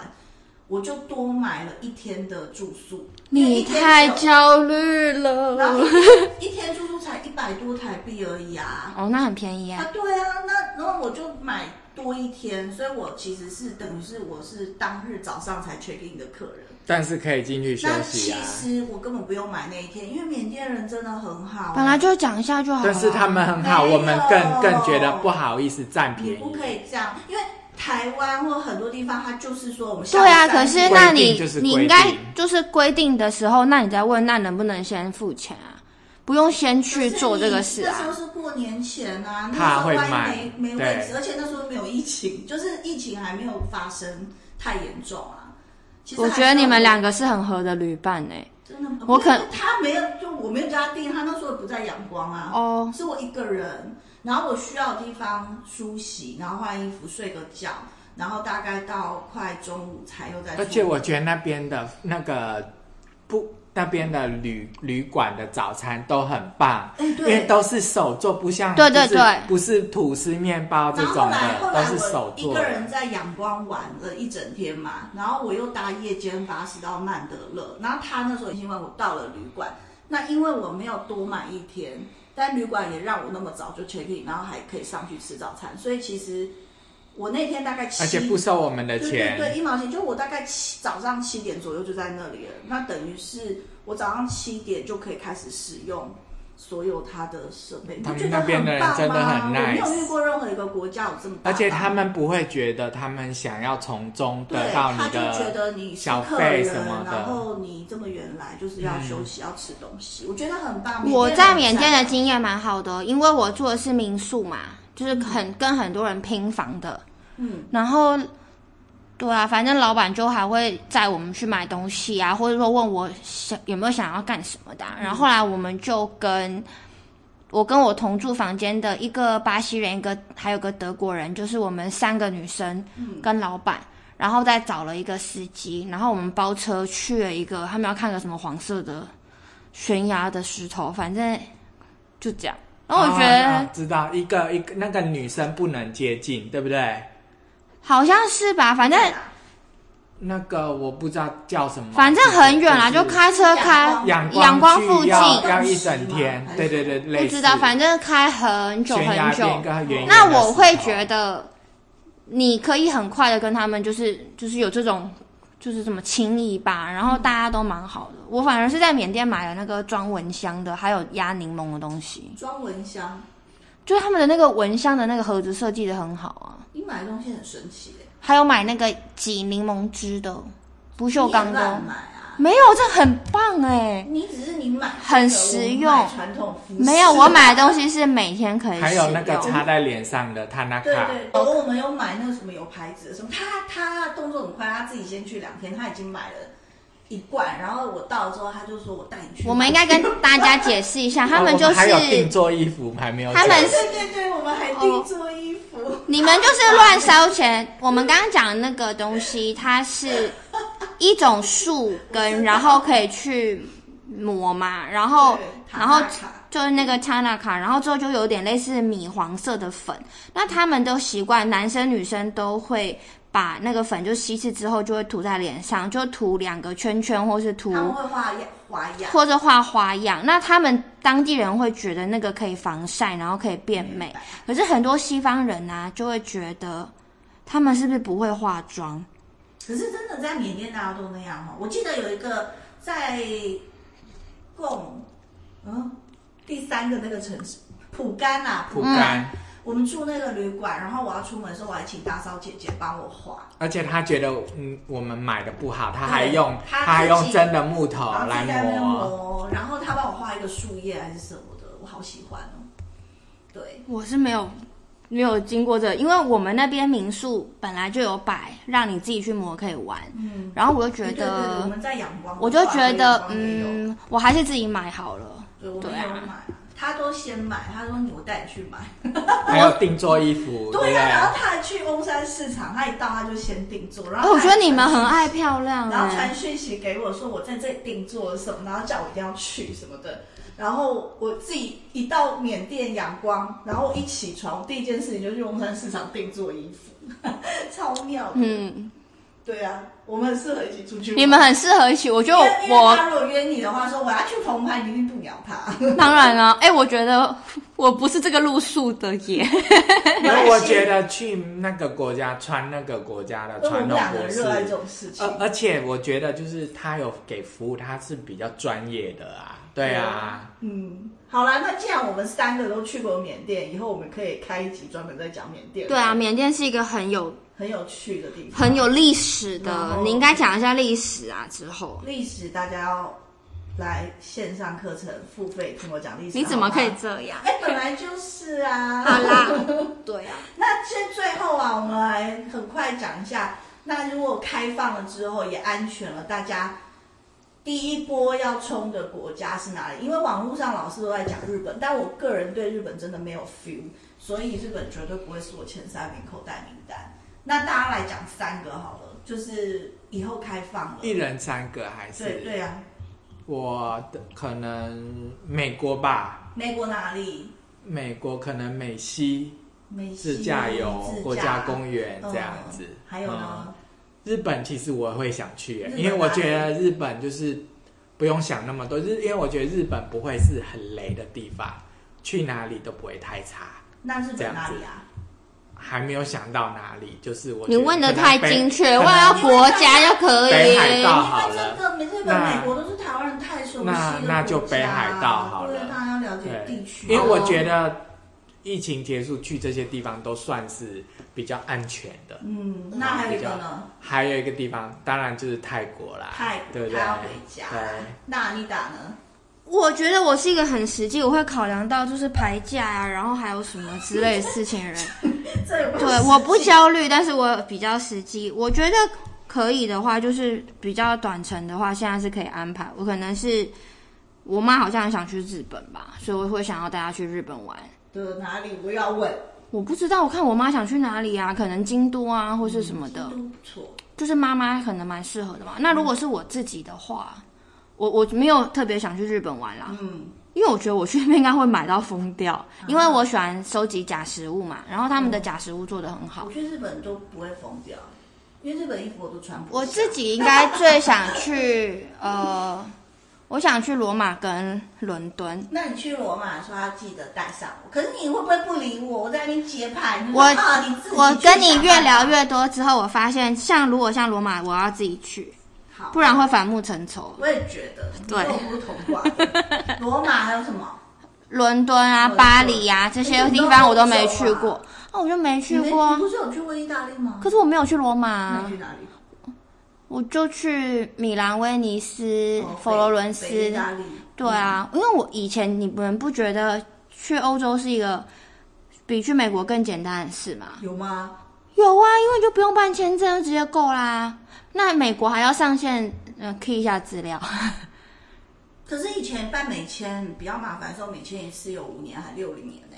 S1: 我就多买了一天的住宿，因为
S2: 你
S1: 一天
S2: 太
S1: 只有
S2: 焦虑
S1: 然后
S2: 了。
S1: 一天住宿才一百多台币而已啊！
S2: 哦，那很便宜
S1: 啊，，
S2: 啊
S1: 对啊，那然后我就买多一天，所以我其实是等于是我是当日早上才 check in 的客人。
S3: 但是可以进去休
S1: 那其
S3: 息啊。
S1: 实我根本不用买那一天，因为缅甸人真的很好、啊
S2: 本来就讲一下就好了。
S3: 但是他们很好，
S1: 哦没
S3: 我
S1: 有
S3: 们更更觉得不好意思占
S1: 你
S3: 便
S1: 不
S3: 宜，
S1: 可以这样，因为台湾或很多地方它就是说我们下午
S2: 对啊，
S1: 三
S2: 可是
S1: 点
S2: 那
S3: 规
S2: 你
S3: 定就是
S2: 你
S3: 规
S2: 应该
S3: 定
S2: 就是规定的时候，那你再问，那能不能先付钱啊？不用先去做这个事
S1: 可是你
S2: 啊
S1: 那。时候是过年前啊，那
S3: 怕
S1: 时候
S3: 会
S1: 万
S3: 买
S1: 一没没位
S3: 对
S1: 置，而且那时候没有疫情，就是疫情还没有发生太严重啊。其实
S2: 我
S1: 还
S2: 觉得
S1: 是
S2: 你们
S1: 有
S2: 两个是很合的旅伴哎、
S1: 真的吗，
S2: 我可
S1: 不是他没有，就我没有叫他订，他那时候也不在阳光啊，
S2: 哦，
S1: 是我一个人，然后我需要地方梳洗，然后换衣服，睡个觉，然后大概到快中午才又再出
S3: 而
S1: 门。
S3: 且我觉得那边的那个不那边的旅旅馆的早餐都很棒。
S1: 哎
S3: 因为
S1: 对，
S3: 都是手做，不像
S2: 对对
S3: 就是
S2: 对
S3: 不是吐司面包这
S1: 然后
S3: 种
S1: 后来后
S3: 的，都
S1: 来
S3: 是手
S1: 我一
S3: 做
S1: 个
S3: 的。
S1: 人在阳光玩了一整天嘛，然后我又搭夜间巴士到曼德勒，然后他那时候已经为我到了旅馆，那因为我没有多买一天，但旅馆也让我那么早就 check in，然后还可以上去吃早餐，所以其实我那天大概七，
S3: 而且不收我们的
S1: 对
S3: 钱。
S1: 对对，一毛钱，就我大概七早上七点左右就在那里了，那等于是我早上七点就可以开始使用所有它的设备，你
S3: 他
S1: 不觉
S3: 们
S1: 得
S3: 那边的人
S1: 棒
S3: 真的
S1: 吗
S3: 很
S1: 我没
S3: nice
S1: 有遇过任何一个国家有这么大
S3: 而且
S1: 方
S3: 他们不会觉得他们想要从中
S1: 对
S3: 得到
S1: 他
S3: 你
S1: 就觉得
S3: 的，
S1: 你是
S3: 小
S1: 客
S3: 费
S1: 人，
S3: 什么的嗯
S1: 然后你这么远来就是要休息、要吃东西，我觉得很棒。
S2: 我在缅甸的
S1: 经
S2: 经验蛮好的，哦因为我住的是民宿嘛，就是很跟很多人拼房的，
S1: 嗯，
S2: 然后。对啊，反正老板就还会载我们去买东西啊，或者说问我想有没有想要干什么的啊、然后后来我们就跟我跟我同住房间的一个巴西人，一个还有个德国人，就是我们三个女生跟老板，然后再找了一个司机，然后我们包车去了一个他们要看个什么黄色的悬崖的石头，反正就这样。然哦后我觉
S3: 啊啊
S2: 得
S3: 知道一个一个那个女生不能接近，对不对？
S2: 好像是吧，反正
S1: 对啊
S3: 那个我不知道叫什么，
S2: 反正很远啦，
S3: 就
S2: 就是开车开
S3: 阳
S2: 阳光
S3: 去
S2: 附近，
S3: 要要一整天
S1: 还，是
S3: 对对对，类
S2: 不
S3: 似
S2: 知道，反正开很久
S3: 悬崖
S2: 很久
S3: 边。跟远
S2: 那我会觉得，你可以很快的跟他们就是就是有这种就是什么情谊吧，然后大家都蛮好的。我反而是在缅甸买了那个装蚊香的，还有压柠檬的东西，
S1: 装蚊香，
S2: 就是他们的那个蚊香的那个盒子设计的很好啊，
S1: 你买的东西很神奇耶，
S2: 还有买那个挤柠檬汁的不锈钢
S1: 你也
S2: 的
S1: 乱，买啊，
S2: 没有，这很棒哎、
S1: 你只是你买这个
S2: 很实用
S1: 我买传统服饰
S2: 没有，我买的东西是每天可以
S3: 还有那个
S2: 使用
S3: 插在脸上的他那
S1: 对
S3: 卡，
S1: 对，
S2: 哦
S1: 我我们有买那个什么有牌子的，什么他他动作很快，他自己先去两天，他已经买了一罐，然后我到了之后，他就说我带你去买。
S2: 我们应该跟大家解释一下，他
S3: *laughs* 哦
S2: 们
S3: 我
S2: 就
S3: 还有定
S2: 是
S3: 做衣服还没有讲，
S2: 他们
S1: 对对对对，我们还定做衣服。
S2: 你们就是乱烧钱。我们刚刚讲的那个东西，它是一种树根，然后可以去磨嘛，然后
S1: 对塔纳
S2: 哦然后
S1: 卡
S2: 就是那个 China 卡，然后之后就有点类似米黄色的粉。那他们都习惯，男生女生都会。把那个粉就稀释之后，就会涂在脸上，就涂两个圈圈，或是涂
S1: 他们会画样花样，
S2: 或者画花样。那他们当地人会觉得那个可以防晒，然后可以变美。可是很多西方人啊，就会觉得他们是不是不会化妆？
S1: 可是真的在缅甸大家都那样哦。我记得有一个在贡，嗯，第三个那个城市蒲甘啊，
S3: 不干，
S2: 嗯
S1: 我们住那个旅馆，然后我要出门的时候，我还请大嫂姐姐帮我画，
S3: 而且他觉得嗯我们买的不好，他还用
S1: 他自己
S3: 还用真的木头
S1: 然后自
S3: 哦来
S1: 己在那边
S3: 磨，
S1: 磨，然后她帮我画一个树叶还是什么的，我好喜欢哦。对，
S2: 我是没有没有经过这，因为我们那边民宿本来就有摆，让你自己去磨可以玩。
S1: 嗯，
S2: 然后我就觉
S1: 对对对，我
S2: 得，
S1: 们在阳光，
S2: 我就觉得
S1: 我，们也有，
S2: 嗯，我还是自己买好了。
S1: 对，我
S2: 对
S1: 们也有
S2: 啊
S1: 买，他都先买，他说你我带你去买，
S3: 还有定做
S2: *laughs*
S3: 衣服，对不啊
S1: 对呀、啊
S2: 啊
S1: 然后
S3: 对？
S1: 他还去翁山市场，他一到他就先定做，然
S2: 哎，
S1: 后、
S2: 我觉得你们很。爱漂亮
S1: 然后
S2: 哎、
S1: 传讯息给我说我在这里定做了什么，然后叫我一定要去什么的。然后我自己一到缅甸阳光，然后一起床，我第一件事情就去翁山市场定做衣服， *laughs* 超妙的。
S2: 嗯，
S1: 对啊，我们很适合一起出去玩。
S2: 你们很适合一起。我觉
S1: 因
S2: 得
S1: 为因为
S2: 我
S1: 他如果约你的话，说我要去澎湃，你一定不鸟
S3: *laughs*
S1: 他。
S2: 当然啊，哎、我觉得我不是这个路数的耶。
S3: 因为我觉得去那个国家穿那个国家的
S1: 因为我
S3: 传
S1: 们
S3: 统
S1: 两
S3: 呃
S1: 个
S3: 服
S1: 人热爱这
S3: 饰，
S1: 种事情
S3: 而。而且我觉得就是他有给服务，他是比较专业的啊，对啊，
S1: 嗯，好啦，那既然我们三个都去过缅甸，以后我们可以开一集专门在讲缅甸。
S2: 对啊，，缅甸是一个很有
S1: 很有趣的地方，
S2: 很有历史
S1: 然
S2: 的，
S1: 后
S2: 你应该讲一下历史啊。之后
S1: 历史，大家要来线上课程付费听我讲历史。
S2: 你怎么可以
S1: 好吗？
S2: 这样？
S1: 哎，本来就是啊。
S2: 好啦，对啊，
S1: 那这最后啊，我们来很快讲一下。那如果开放了之后也安全了，大家第一波要冲的国家是哪里？因为网络上老师都在讲日本，但我个人对日本真的没有 feel，所以日本绝对不会是我前三名口袋名单。那大家来讲三个好了，就是以后开放了，
S3: 一人三个还
S1: 对
S3: 是
S1: 对啊，
S3: 我的可能美国吧，
S1: 美国哪里？
S3: 美国可能美西
S1: 美西
S3: 自驾游、
S1: 自
S3: 国家公园
S1: 嗯
S3: 这样子，
S1: 还有
S3: 嗯
S1: 呢？
S3: 日本其实我会想去
S1: 日，本
S3: 因为我觉得日本就是不用想那么多，日因为我觉得日本不会是很雷的地方，去哪里都不会太差。
S1: 那日
S3: 这
S1: 本
S3: 样
S1: 哪
S3: 子
S1: 里啊？
S3: 还没有想到哪里，就是我觉
S2: 你
S3: 得
S2: 问的
S3: 可能
S2: 太
S3: 北
S2: 精确，
S3: 可
S2: 我
S3: 能
S2: 要国家就可
S3: 北海
S2: 以。
S1: 因
S3: 道啊好
S1: 为
S3: 了
S1: 哎这个美日本、
S3: 那
S1: 美国都是台湾人太熟悉的
S3: 那那就
S1: 国家
S3: 北海道好了
S1: 对，大家要了解
S3: 对
S1: 地，区。啊
S3: 因为我觉得疫情结束去这些地方都算是比较安全的。
S1: 嗯，那还有一个呢，
S3: 还有一个地方，当然就是泰国啦，
S1: 泰国
S3: 对不对？
S1: 他要回家嗯
S3: 对，
S1: 那你打呢？ *laughs*
S2: 我觉得我是一个很实际，我会考量到就是排价啊，然后还有什么之类的事情的
S3: *laughs*
S2: 人。
S1: 这有没有
S2: 对，
S1: 实际
S2: 我不焦虑，但是我比较实际。我觉得可以的话，就是比较短程的话，现在是可以安排。我可能是我妈好像很想去日本吧，所以我会想要带她去日本玩。
S1: 的哪里，我要问
S2: 我不知道，我看我妈想去哪里啊？可能京都啊，或是什么的，
S1: 都不错。
S2: 就是妈妈可能蛮适合的嘛。那如果是我自己的话，我我没有特别想去日本玩啦，
S1: 嗯，
S2: 因为我觉得我去那边应该会买到疯掉，因为我喜嗯欢收集假食物嘛，然后他们的假食物做的很好。
S1: 我去日本都不会疯掉，因为日本衣服我都穿不下。
S2: 我自己应该最想去呃，我想去罗马跟伦敦。
S1: 那你去罗马说要记得带上我，可是你会不会不理我？我在那边接拍，你
S2: 我
S1: 啊你自己
S2: 我
S1: 去
S2: 跟你
S1: 想
S2: 越
S1: 办法
S2: 聊越多之后，我发现像如果像罗马，我要自己去，
S1: 好，
S2: 不然会反目成仇。
S1: 我也觉得，
S2: 对
S1: 你跟我不是同挂
S2: *laughs*
S1: 的。罗马还有什么？
S2: 伦敦啊、
S1: 伦敦
S2: 巴黎啊这些地方我都没去过，啊，我就没
S1: 你
S2: 去
S1: 没
S2: 过
S1: 你。不是有去过意大利吗？
S2: 可是我没有去罗马啊、
S1: 那你去哪里？
S2: 我就去米兰、威尼斯
S1: 哦、
S2: 嗯佛罗伦
S1: 北意
S2: 斯。
S1: 大利。
S2: 对啊，因为我以前你们不觉得去欧洲是一个比去美国更简单的事吗？
S1: 嗯有吗？
S2: 有啊，因为就不用办签证，就直接够啦。那美国还要上线，嗯、呃、，key 一下资料。
S1: 可是以前办美签比较麻烦，说美签一次有五年还六年呢、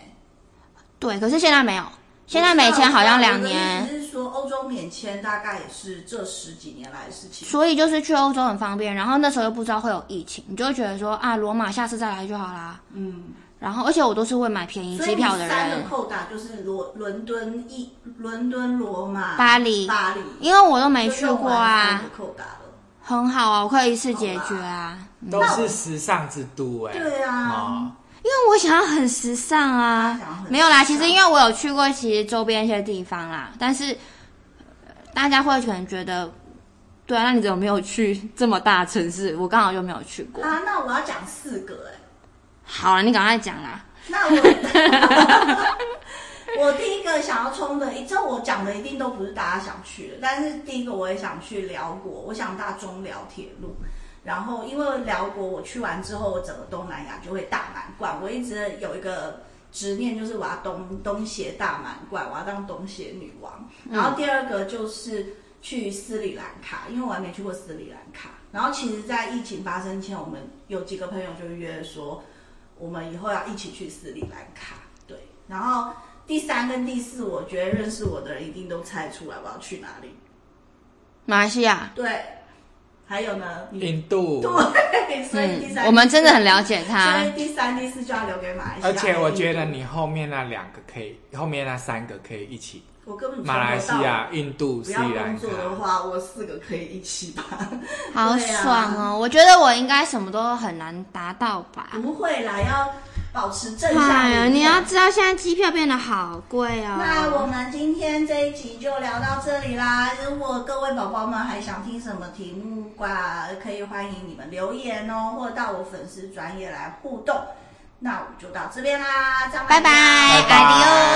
S2: 对，可是现在没有，现在美签好像两
S1: 我
S2: 年，
S1: 的意思是说欧洲免签大概也是这十几年来的事情。
S2: 所以就是去欧洲很方便。然后那时候又不知道会有疫情，你就会觉得说啊，罗马下次再来就好啦。
S1: 嗯，
S2: 然后而且我都是会买便宜
S1: 所
S2: 机
S1: 以你
S2: 票的
S1: 三
S2: 人
S1: 个，扣打就是罗伦敦、一伦敦、罗马、
S2: 巴黎，
S1: 巴黎，
S2: 因为我都没去过
S1: 就用完
S2: 啊
S1: 三，个扣打了。
S2: 很好啊，我可以一次解决啊。嗯
S3: 都是时尚之都哎、
S1: 对啊，
S3: 哦
S2: 因为我想要很时尚
S1: 他想要很时
S2: 啊
S1: 尚，
S2: 没有啦。其实因为我有去过其实周边一些地方啦，但是呃大家会可能觉得，对啊，那你怎么没有去这么大的城市？我刚好就没有去过。
S1: 啊，那我要讲四个哎、
S2: 好了，你赶快讲啦。
S1: 那我我第一个想要冲的，诶这我讲的一定都不是大家想去的，但是第一个我也想去辽国，我想搭中辽铁路。然后因为辽国我去完之后，我整个东南亚就会大满贯。我一直有一个执念，就是我要东东协大满贯，我要当东协女王。然后第二个就是去斯里兰卡，因为我还没去过斯里兰卡。然后其实，在疫情发生前，我们有几个朋友就约说，我们以后要一起去斯里兰卡。对，然后第三跟第四，我觉得认识我的人一定都猜出来我要去哪里。
S2: 马来西亚，
S1: 对，还有呢，你哎
S3: 印度，
S1: 嗯对，啊所以第
S2: 嗯
S1: 三，，
S2: 我们真的很了解他
S1: 所以。第三、第四就要留给马来西亚。
S3: 而且我觉得，你后面那两个可以，后面那三个可以一起，
S1: 我根本
S3: 马来西亚、印度、
S1: 不
S3: 斯
S1: 要
S3: 里
S1: 工
S3: 兰
S1: 作的
S3: 卡。
S1: 话，我四个可以一起吧。
S2: 好
S1: 对啊嗯
S2: 爽哦！我觉得我应该什么都很难达到吧。
S1: 不会啦，要保持正向
S2: 哎
S1: 力
S2: 呀，
S1: 量。
S2: 你要知道现在机票变得好贵哦。
S1: 那我们今天这一集就聊到这里啦。如果各位宝宝们还想听什么题目吧，可以欢迎你们留言哦，或者到我粉丝专业来互动。那我们就到这边啦，张曼啊
S2: 拜拜
S1: 娟
S3: 拜拜
S2: ，adios。